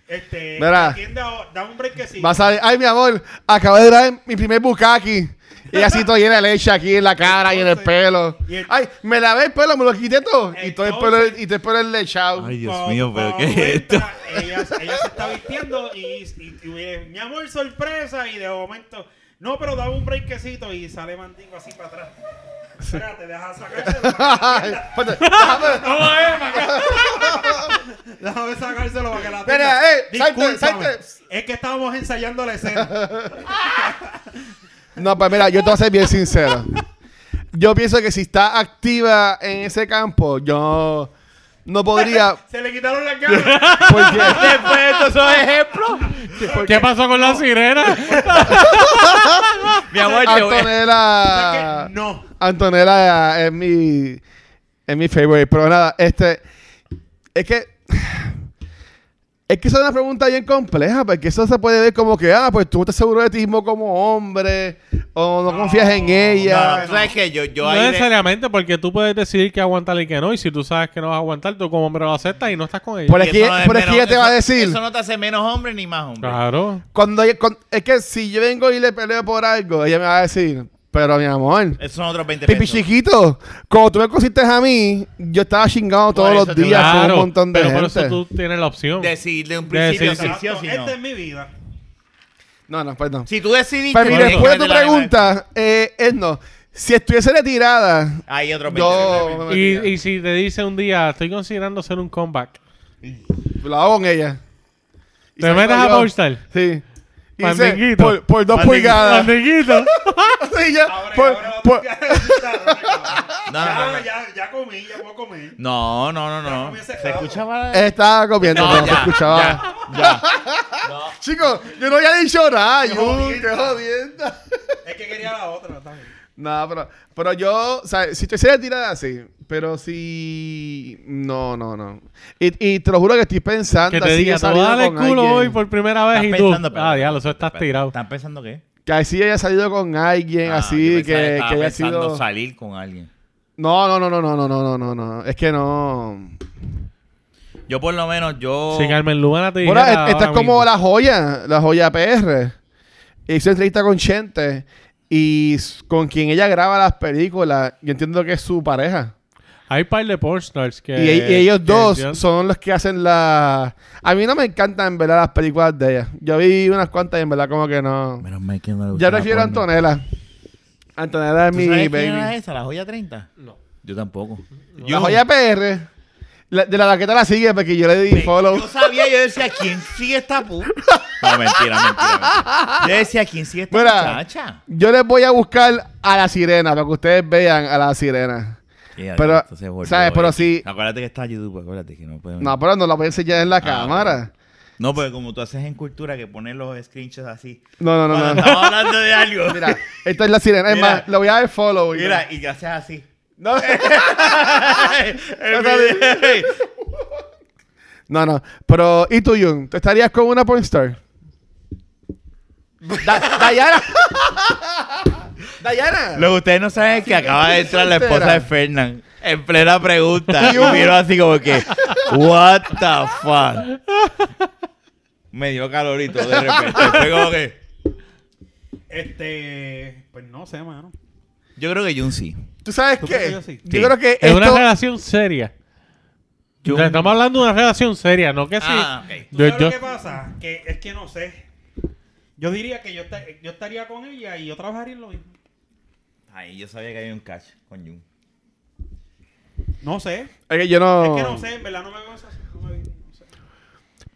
[SPEAKER 3] Este...
[SPEAKER 2] Mira.
[SPEAKER 3] atiende ahora, da un brequecito.
[SPEAKER 2] Vas a ver, ay, mi amor, acabo de traer mi primer bucaki. Y así todo llena de leche aquí en la cara y en el pelo.
[SPEAKER 3] Y el-
[SPEAKER 2] Ay, me lavé el pelo, me lo quité todo. Y todo el pelo, y todo el pelo es lechado.
[SPEAKER 1] Ay, Dios
[SPEAKER 3] Cuando-
[SPEAKER 1] mío, pero
[SPEAKER 3] cuando
[SPEAKER 1] ¿qué es esto?
[SPEAKER 3] entra, Ella, ella se está vistiendo y, y- y viene, mi amor, sorpresa. Y de momento, no, pero dame un breakcito y sale Mandingo así para atrás. Espérate, deja sacárselo.
[SPEAKER 1] [laughs]
[SPEAKER 2] Ay, [laughs] espérate, déjame-
[SPEAKER 3] Déjame sacárselo para que la
[SPEAKER 2] Mira,
[SPEAKER 3] tenga.
[SPEAKER 2] eh, salte,
[SPEAKER 3] Discúlpame,
[SPEAKER 2] salte.
[SPEAKER 3] Es que estábamos ensayando la escena.
[SPEAKER 2] No, pues mira, yo te voy a ser bien sincero. Yo pienso que si está activa en ese campo, yo no podría.
[SPEAKER 3] Se le quitaron
[SPEAKER 1] [laughs]
[SPEAKER 3] las ganas.
[SPEAKER 2] Porque. [laughs]
[SPEAKER 1] Después de todos esos ejemplos,
[SPEAKER 4] ¿Qué pasó con la
[SPEAKER 3] [laughs]
[SPEAKER 4] sirena?
[SPEAKER 1] mi amor, te voy a-
[SPEAKER 2] Antonella.
[SPEAKER 3] ¿Sabes qué? No.
[SPEAKER 2] Antonella eh, es mi. Es mi favorite. Pero nada, este. Es que. Es que eso es una pregunta bien compleja, porque eso se puede ver como que, ah, pues tú no estás seguro de ti mismo como hombre, o no, confías en
[SPEAKER 1] No,
[SPEAKER 2] ella.
[SPEAKER 1] no, tú sabes que yo, yo
[SPEAKER 4] No
[SPEAKER 1] ahí de-
[SPEAKER 4] necesariamente, porque tú puedes decidir que aguantar y que no. Y si tú sabes que no vas a aguantar, tú como hombre lo aceptas y no estás con ella.
[SPEAKER 2] Por
[SPEAKER 1] y
[SPEAKER 2] aquí,
[SPEAKER 1] eso no es
[SPEAKER 2] por aquí
[SPEAKER 1] menos-
[SPEAKER 2] ella te va a
[SPEAKER 1] eso-
[SPEAKER 2] decir.
[SPEAKER 1] Eso no te hace menos hombre ni más hombre.
[SPEAKER 4] Claro.
[SPEAKER 2] Cuando, ella- cuando- es que si yo vengo y le peleo por algo, ella me va a decir, pero mi amor,
[SPEAKER 1] Esos son otros 20
[SPEAKER 2] pipi
[SPEAKER 1] pesos.
[SPEAKER 2] chiquito, cuando tú me cosiste a mí, yo estaba chingado
[SPEAKER 1] Por
[SPEAKER 2] todos
[SPEAKER 1] eso
[SPEAKER 2] los
[SPEAKER 1] te-
[SPEAKER 2] días con
[SPEAKER 4] Claro,
[SPEAKER 2] un montón de
[SPEAKER 4] pero por
[SPEAKER 2] gente.
[SPEAKER 4] eso tú tienes la opción.
[SPEAKER 1] Decidir de un principio
[SPEAKER 4] Decir
[SPEAKER 1] si sí o si no.
[SPEAKER 3] Esta es mi vida.
[SPEAKER 2] No, no, pues no.
[SPEAKER 1] Si tú decidiste...
[SPEAKER 2] Para mí,
[SPEAKER 1] tienes que
[SPEAKER 2] después de tu
[SPEAKER 1] meterla en la-
[SPEAKER 2] pregunta, eh, es no. Si estuviese retirada,
[SPEAKER 1] Hay otro
[SPEAKER 2] yo me
[SPEAKER 4] Y,
[SPEAKER 2] metía.
[SPEAKER 4] y si te dice un día, estoy considerando hacer un comeback.
[SPEAKER 2] lo hago con ella. Y
[SPEAKER 4] Te
[SPEAKER 2] salgo
[SPEAKER 4] metes a
[SPEAKER 2] yo.
[SPEAKER 4] Popstar.
[SPEAKER 2] Sí. Y dice,
[SPEAKER 4] Mandinguito.
[SPEAKER 2] por, por dos pulgadas. [laughs]
[SPEAKER 4] Mandequito.
[SPEAKER 2] Sí, ya,
[SPEAKER 3] Ahora,
[SPEAKER 2] por-
[SPEAKER 3] ahora
[SPEAKER 2] por-
[SPEAKER 3] ya, ya,
[SPEAKER 1] [laughs] No, no, no.
[SPEAKER 3] ya, ya comí, ya puedo comer.
[SPEAKER 1] No, no, no, no.
[SPEAKER 3] Ya
[SPEAKER 1] Se
[SPEAKER 3] comienza el
[SPEAKER 1] escuchaba...
[SPEAKER 2] Estaba comiendo,
[SPEAKER 1] No,
[SPEAKER 2] pero se
[SPEAKER 1] ya,
[SPEAKER 2] escuchaba.
[SPEAKER 1] ya, ya.
[SPEAKER 2] Chicos, yo no había dicho nada. yo-
[SPEAKER 3] Qué jodienda.
[SPEAKER 2] qué jodienda. [laughs]
[SPEAKER 3] Es que quería la otra también.
[SPEAKER 2] No, pero, pero yo, o sea, si estuviese retirada, sí. Pero si. No, no, no. Y, y te lo juro que estoy pensando.
[SPEAKER 4] Que te
[SPEAKER 2] así,
[SPEAKER 4] diga,
[SPEAKER 2] he
[SPEAKER 4] te voy
[SPEAKER 2] salido
[SPEAKER 4] a dar el
[SPEAKER 2] con
[SPEAKER 4] culo
[SPEAKER 2] alguien.
[SPEAKER 4] hoy por primera
[SPEAKER 1] Estás
[SPEAKER 4] vez y tú.
[SPEAKER 1] pensando, pero-
[SPEAKER 4] ah, diablo, eso estás
[SPEAKER 1] pero-
[SPEAKER 4] tirado.
[SPEAKER 1] ¿Estás pensando qué?
[SPEAKER 2] Que así haya salido con alguien,
[SPEAKER 1] Ah, yo
[SPEAKER 2] así,
[SPEAKER 1] pensaba
[SPEAKER 2] que,
[SPEAKER 1] estaba
[SPEAKER 2] que haya
[SPEAKER 1] pensando
[SPEAKER 2] sido.
[SPEAKER 1] salir con alguien.
[SPEAKER 2] No, no, no, no, no, no, no, no, no. Es que no.
[SPEAKER 1] Yo por lo menos, yo...
[SPEAKER 4] Si Carmen Lubana te
[SPEAKER 2] Bueno,
[SPEAKER 4] dijera
[SPEAKER 2] e- esta es
[SPEAKER 4] ahora
[SPEAKER 2] como
[SPEAKER 4] mismo.
[SPEAKER 2] la joya, la joya PR. Hizo entrevista con Chente y s- con quien ella graba las películas. Yo entiendo que es su pareja.
[SPEAKER 4] Hay un par de pornstars que...
[SPEAKER 2] y, e- y ellos
[SPEAKER 4] que
[SPEAKER 2] dos
[SPEAKER 4] decían-
[SPEAKER 2] son los que hacen la. A mí no me encantan en verdad las películas de ella. Yo vi unas cuantas y en verdad como que no.
[SPEAKER 1] Menos mal que no le
[SPEAKER 2] Ya
[SPEAKER 1] gustaba
[SPEAKER 2] prefiero a
[SPEAKER 1] porno.
[SPEAKER 2] Antonella. Antonella es
[SPEAKER 1] ¿Tú
[SPEAKER 2] mi
[SPEAKER 1] sabes
[SPEAKER 2] baby.
[SPEAKER 1] quién era esa? ¿La joya 30?
[SPEAKER 4] No.
[SPEAKER 1] Yo tampoco.
[SPEAKER 2] La joya PR. la- de la laqueta la sigue porque yo le di follow.
[SPEAKER 1] Yo sabía, yo decía, ¿quién sigue esta
[SPEAKER 2] [laughs]
[SPEAKER 1] pu? No, mentira, mentira. mentira. Yo decía, ¿quién sigue esta
[SPEAKER 2] Mira.
[SPEAKER 1] muchacha?
[SPEAKER 2] Yo les voy a buscar a la sirena para que ustedes vean a la sirena. Pero, ¿sabes? Pero sí-
[SPEAKER 1] Acuérdate que está YouTube, acuérdate que no puede...
[SPEAKER 2] No, pero no la voy a enseñar
[SPEAKER 3] Ah,
[SPEAKER 2] en la cámara.
[SPEAKER 1] No, porque como tú haces en cultura que pones los screenshots así.
[SPEAKER 2] No, no,
[SPEAKER 1] cuando
[SPEAKER 2] no, no.
[SPEAKER 1] estamos hablando de algo.
[SPEAKER 2] [laughs]
[SPEAKER 1] [laughs]
[SPEAKER 2] Mira, esta es la sirena. Es
[SPEAKER 1] Mira.
[SPEAKER 2] más, lo voy a dar follow. güey.
[SPEAKER 1] Mira, y que haces
[SPEAKER 2] [laughs]
[SPEAKER 1] así.
[SPEAKER 2] No, no, no. Pero, ¿y tú, Jun? ¿Tú estarías con una
[SPEAKER 3] [laughs]
[SPEAKER 2] pornstar? Da- Dayana. Dayana.
[SPEAKER 1] Lo que ustedes no saben es que acaba de entrar la esposa de Fernán en plena pregunta. Y
[SPEAKER 2] Yo-
[SPEAKER 1] miro así como que, what the fuck. Me dio calorito de repente. Fue como que,
[SPEAKER 3] Este, pues no sé, mano.
[SPEAKER 1] yo creo que Jun sí.
[SPEAKER 2] ¿Tú sabes
[SPEAKER 3] ¿Tú
[SPEAKER 2] qué?
[SPEAKER 3] crees que yo sí?
[SPEAKER 2] Yo
[SPEAKER 1] Sí.
[SPEAKER 2] creo que
[SPEAKER 4] Es una
[SPEAKER 2] esto...
[SPEAKER 4] relación seria.
[SPEAKER 1] Jun-
[SPEAKER 4] O sea, Estamos hablando de una relación seria, no que sí.
[SPEAKER 1] Ah, ok.
[SPEAKER 3] ¿Tú
[SPEAKER 4] Yo-
[SPEAKER 3] sabes
[SPEAKER 4] yo-
[SPEAKER 3] lo que pasa? Que es que no sé. Yo diría que yo, esta- yo estaría con ella y yo trabajaría en lo mismo.
[SPEAKER 1] Ay, yo sabía que había un catch con Jun.
[SPEAKER 3] No sé.
[SPEAKER 2] Es que yo no...
[SPEAKER 3] Es que no sé, en verdad no me veo así. No me vi- no sé.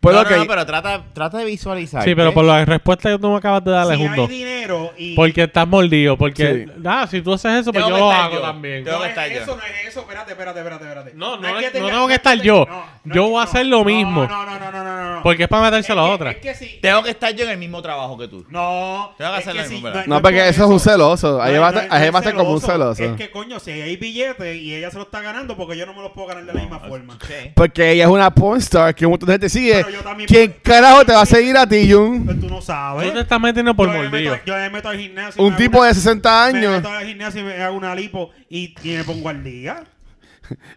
[SPEAKER 2] Pues,
[SPEAKER 1] no,
[SPEAKER 2] ok.
[SPEAKER 1] no, no, pero trata, trata de visualizar.
[SPEAKER 4] Sí, pero por la respuesta que tú me acabas de dar,
[SPEAKER 3] Si
[SPEAKER 4] es un
[SPEAKER 3] hay
[SPEAKER 4] no.
[SPEAKER 3] dinero y...
[SPEAKER 4] Porque estás mordido, porque...
[SPEAKER 2] Sí.
[SPEAKER 4] Ah, si tú haces eso, pues
[SPEAKER 1] Tengo
[SPEAKER 4] yo
[SPEAKER 1] que
[SPEAKER 4] lo
[SPEAKER 1] estar
[SPEAKER 4] hago
[SPEAKER 1] yo.
[SPEAKER 4] también.
[SPEAKER 1] Tengo
[SPEAKER 3] No
[SPEAKER 1] que
[SPEAKER 3] es
[SPEAKER 1] estar yo.
[SPEAKER 3] eso, no es eso. Espérate, espérate, espérate, espérate.
[SPEAKER 4] No, no
[SPEAKER 3] es
[SPEAKER 4] es-
[SPEAKER 3] que
[SPEAKER 4] no
[SPEAKER 3] tenga-
[SPEAKER 4] tengo que
[SPEAKER 3] es
[SPEAKER 4] estar
[SPEAKER 3] te-
[SPEAKER 4] yo.
[SPEAKER 3] no
[SPEAKER 4] Yo
[SPEAKER 3] es-
[SPEAKER 4] voy a
[SPEAKER 3] no,
[SPEAKER 4] hacer lo
[SPEAKER 3] no,
[SPEAKER 4] mismo.
[SPEAKER 3] No, no, no, no, no, no.
[SPEAKER 4] Porque es para meterse a la
[SPEAKER 3] que-
[SPEAKER 4] otra.
[SPEAKER 3] Es que sí.
[SPEAKER 1] Tengo que estar yo en el mismo trabajo que tú.
[SPEAKER 3] No.
[SPEAKER 1] Tengo que
[SPEAKER 3] es
[SPEAKER 1] hacer
[SPEAKER 3] que
[SPEAKER 1] lo
[SPEAKER 3] sí,
[SPEAKER 1] mismo, ¿verdad?
[SPEAKER 2] No, porque eso es un celoso. Ahí
[SPEAKER 3] No,
[SPEAKER 2] va a
[SPEAKER 3] no,
[SPEAKER 2] ser-
[SPEAKER 3] no
[SPEAKER 2] ahí
[SPEAKER 3] es
[SPEAKER 2] va a ser como un celoso.
[SPEAKER 3] Es que coño, si hay billetes y ella se lo está ganando, porque yo no me los puedo ganar de la misma forma.
[SPEAKER 1] Sí.
[SPEAKER 2] Porque ella es una pornstar que un montón de gente sigue.
[SPEAKER 3] Pero yo también-
[SPEAKER 2] ¿Quién carajo te va a seguir a ti, Jun?
[SPEAKER 3] Pero tú no sabes.
[SPEAKER 4] Tú te estás metiendo por
[SPEAKER 3] yo, me
[SPEAKER 4] mordido.
[SPEAKER 3] meto, yo me meto al gimnasio. y
[SPEAKER 2] Un
[SPEAKER 3] me
[SPEAKER 2] tipo
[SPEAKER 3] hago
[SPEAKER 2] de
[SPEAKER 3] una-
[SPEAKER 2] 60
[SPEAKER 3] Me
[SPEAKER 2] años.
[SPEAKER 3] meto al gimnasio y me hago una lipo y, y me pongo al día.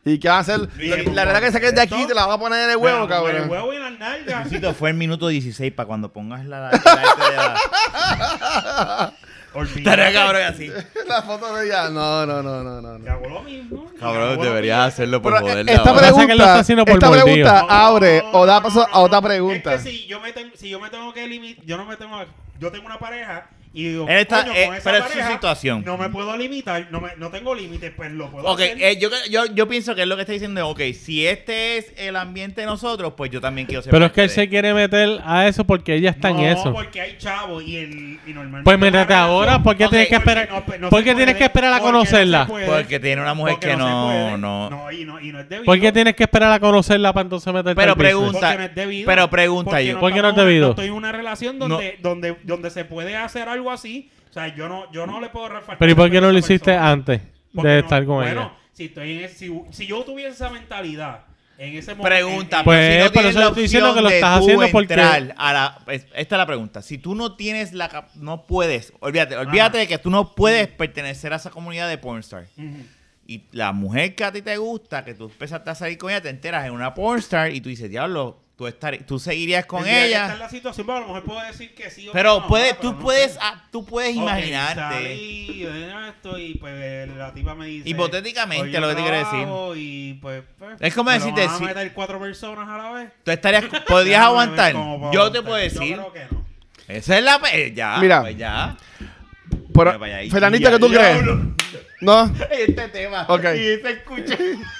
[SPEAKER 2] ¿Y qué va a hacer? La, la verdad que saques de aquí te la vas a poner en el huevo,
[SPEAKER 3] Me la pongo en
[SPEAKER 2] cabrón.
[SPEAKER 3] El huevo y en las nalgas.
[SPEAKER 1] Tito, Fue el minuto 16 para cuando pongas la... la, la-
[SPEAKER 3] Olvídate.
[SPEAKER 1] Tarea cabrón así.
[SPEAKER 2] [laughs] La foto de ella. No, no, no, no, no.
[SPEAKER 3] Te
[SPEAKER 2] no.
[SPEAKER 3] hago lo mismo.
[SPEAKER 1] Cabrón, deberías hacerlo por
[SPEAKER 2] Pero, eh,
[SPEAKER 1] joder.
[SPEAKER 2] esta
[SPEAKER 4] Pasa que él lo está
[SPEAKER 2] pregunta,
[SPEAKER 4] haciendo por
[SPEAKER 2] esta
[SPEAKER 4] mordido.
[SPEAKER 2] pregunta
[SPEAKER 3] No,
[SPEAKER 2] Ah, abre
[SPEAKER 3] no,
[SPEAKER 2] o da
[SPEAKER 3] no,
[SPEAKER 2] paso
[SPEAKER 3] no, no,
[SPEAKER 2] a otra
[SPEAKER 3] no.
[SPEAKER 2] pregunta.
[SPEAKER 3] Es que si yo me, ten- si yo me tengo que limitar, yo no me tengo yo tengo una pareja y digo,
[SPEAKER 1] Él está-
[SPEAKER 3] coño,
[SPEAKER 1] eh,
[SPEAKER 3] con esa
[SPEAKER 1] pero es su
[SPEAKER 3] pareja
[SPEAKER 1] situación.
[SPEAKER 3] No me puedo limitar, no, me, no tengo límites, pues lo puedo
[SPEAKER 1] Ok,
[SPEAKER 3] hacer.
[SPEAKER 1] eh, yo, yo, yo pienso que es lo que está diciendo, ok, si este es el ambiente de nosotros, pues yo también quiero ser
[SPEAKER 4] Pero es
[SPEAKER 1] parte
[SPEAKER 4] que él
[SPEAKER 1] de
[SPEAKER 4] se quiere meter a eso porque ella está en eso.
[SPEAKER 3] No, porque hay chavos y el y normalmente
[SPEAKER 4] Pues métete
[SPEAKER 3] una
[SPEAKER 4] ahora,
[SPEAKER 3] relación-
[SPEAKER 4] ¿por qué
[SPEAKER 1] Ok,
[SPEAKER 4] tienes que
[SPEAKER 1] porque
[SPEAKER 4] esperar?
[SPEAKER 3] no, pues, no
[SPEAKER 4] ¿Por
[SPEAKER 3] se
[SPEAKER 4] qué tienes
[SPEAKER 3] puede,
[SPEAKER 4] que esperar a
[SPEAKER 3] porque no se
[SPEAKER 4] conocerla?
[SPEAKER 3] puede,
[SPEAKER 1] Porque tiene una mujer
[SPEAKER 3] porque
[SPEAKER 1] que
[SPEAKER 3] no se
[SPEAKER 1] no-
[SPEAKER 3] puede.
[SPEAKER 1] no.
[SPEAKER 3] No, y no, y no es debido.
[SPEAKER 4] ¿Por qué tienes que esperar a conocerla para entonces meterte
[SPEAKER 1] Pero
[SPEAKER 4] al business?
[SPEAKER 1] pregunta-
[SPEAKER 3] Porque no es debido.
[SPEAKER 1] Pero pregunta yo.
[SPEAKER 4] ¿Por qué no es
[SPEAKER 3] estamos-
[SPEAKER 4] debido?
[SPEAKER 3] Estoy en una relación donde, donde, donde se puede hacer algo así. O sea, yo no, yo no le puedo refaltar.
[SPEAKER 4] ¿Pero y por qué
[SPEAKER 3] respeto a
[SPEAKER 4] no lo
[SPEAKER 3] esa
[SPEAKER 4] hiciste
[SPEAKER 3] persona.
[SPEAKER 4] antes
[SPEAKER 3] Porque
[SPEAKER 4] de
[SPEAKER 3] no-
[SPEAKER 4] estar con
[SPEAKER 3] bueno,
[SPEAKER 4] ella?
[SPEAKER 3] si, estoy en ese- si, si yo tuviese esa mentalidad en ese momento.
[SPEAKER 1] Pregunta,
[SPEAKER 3] en-
[SPEAKER 4] Pues,
[SPEAKER 1] pero si no
[SPEAKER 4] pero
[SPEAKER 1] tienes
[SPEAKER 4] eso
[SPEAKER 1] la
[SPEAKER 4] estoy diciendo
[SPEAKER 1] opción
[SPEAKER 4] que lo
[SPEAKER 1] de
[SPEAKER 4] estás
[SPEAKER 1] tú
[SPEAKER 4] haciendo porque-
[SPEAKER 1] entrar a la- es- esta es la pregunta. Si tú no tienes la... cap- No puedes. Olvídate. Olvídate
[SPEAKER 4] Ah.
[SPEAKER 1] de que tú no puedes pertenecer a esa comunidad de pornstar.
[SPEAKER 3] Ujú.
[SPEAKER 1] Y la mujer que a ti te gusta, que tú empezaste a salir con ella, te enteras en una pornstar y tú dices, diablo, tú, estar, tú seguirías con
[SPEAKER 3] Tendría que
[SPEAKER 1] ella.
[SPEAKER 3] estar la situación, pero a lo mejor puedo decir que sí o que
[SPEAKER 1] Pero
[SPEAKER 3] no,
[SPEAKER 1] puedes,
[SPEAKER 3] ¿verdad?
[SPEAKER 1] tú,
[SPEAKER 3] Pero no
[SPEAKER 1] puedes,
[SPEAKER 3] sé.
[SPEAKER 1] ah, tú puedes
[SPEAKER 3] Ok,
[SPEAKER 1] imaginarte.
[SPEAKER 3] salí, eh, esto, y pues la tipa me dice.
[SPEAKER 1] Hipotéticamente,
[SPEAKER 3] "Oye, yo
[SPEAKER 1] lo que te quiero decir.
[SPEAKER 3] trabajo Y pues. pues,
[SPEAKER 1] Es como
[SPEAKER 3] ¿me lo
[SPEAKER 1] decirte,
[SPEAKER 3] vas
[SPEAKER 1] si-
[SPEAKER 3] a meter cuatro personas a la vez?
[SPEAKER 1] Tú estarías, podrías
[SPEAKER 3] Déjame ver
[SPEAKER 1] aguantar.
[SPEAKER 3] cómo puedo
[SPEAKER 1] Yo te
[SPEAKER 3] aguantar.
[SPEAKER 1] puedo decir.
[SPEAKER 3] Yo creo que no.
[SPEAKER 1] Esa es la. pe- Ya.
[SPEAKER 2] Mira.
[SPEAKER 1] pues ya.
[SPEAKER 2] Pero,
[SPEAKER 1] Mira para allá.
[SPEAKER 2] Fernandita,
[SPEAKER 1] Ya,
[SPEAKER 2] ¿qué tú
[SPEAKER 1] ya
[SPEAKER 2] crees?
[SPEAKER 1] hablo.
[SPEAKER 2] No,
[SPEAKER 1] Este tema.
[SPEAKER 2] Ok.
[SPEAKER 1] Y se
[SPEAKER 2] [laughs]
[SPEAKER 1] escucha.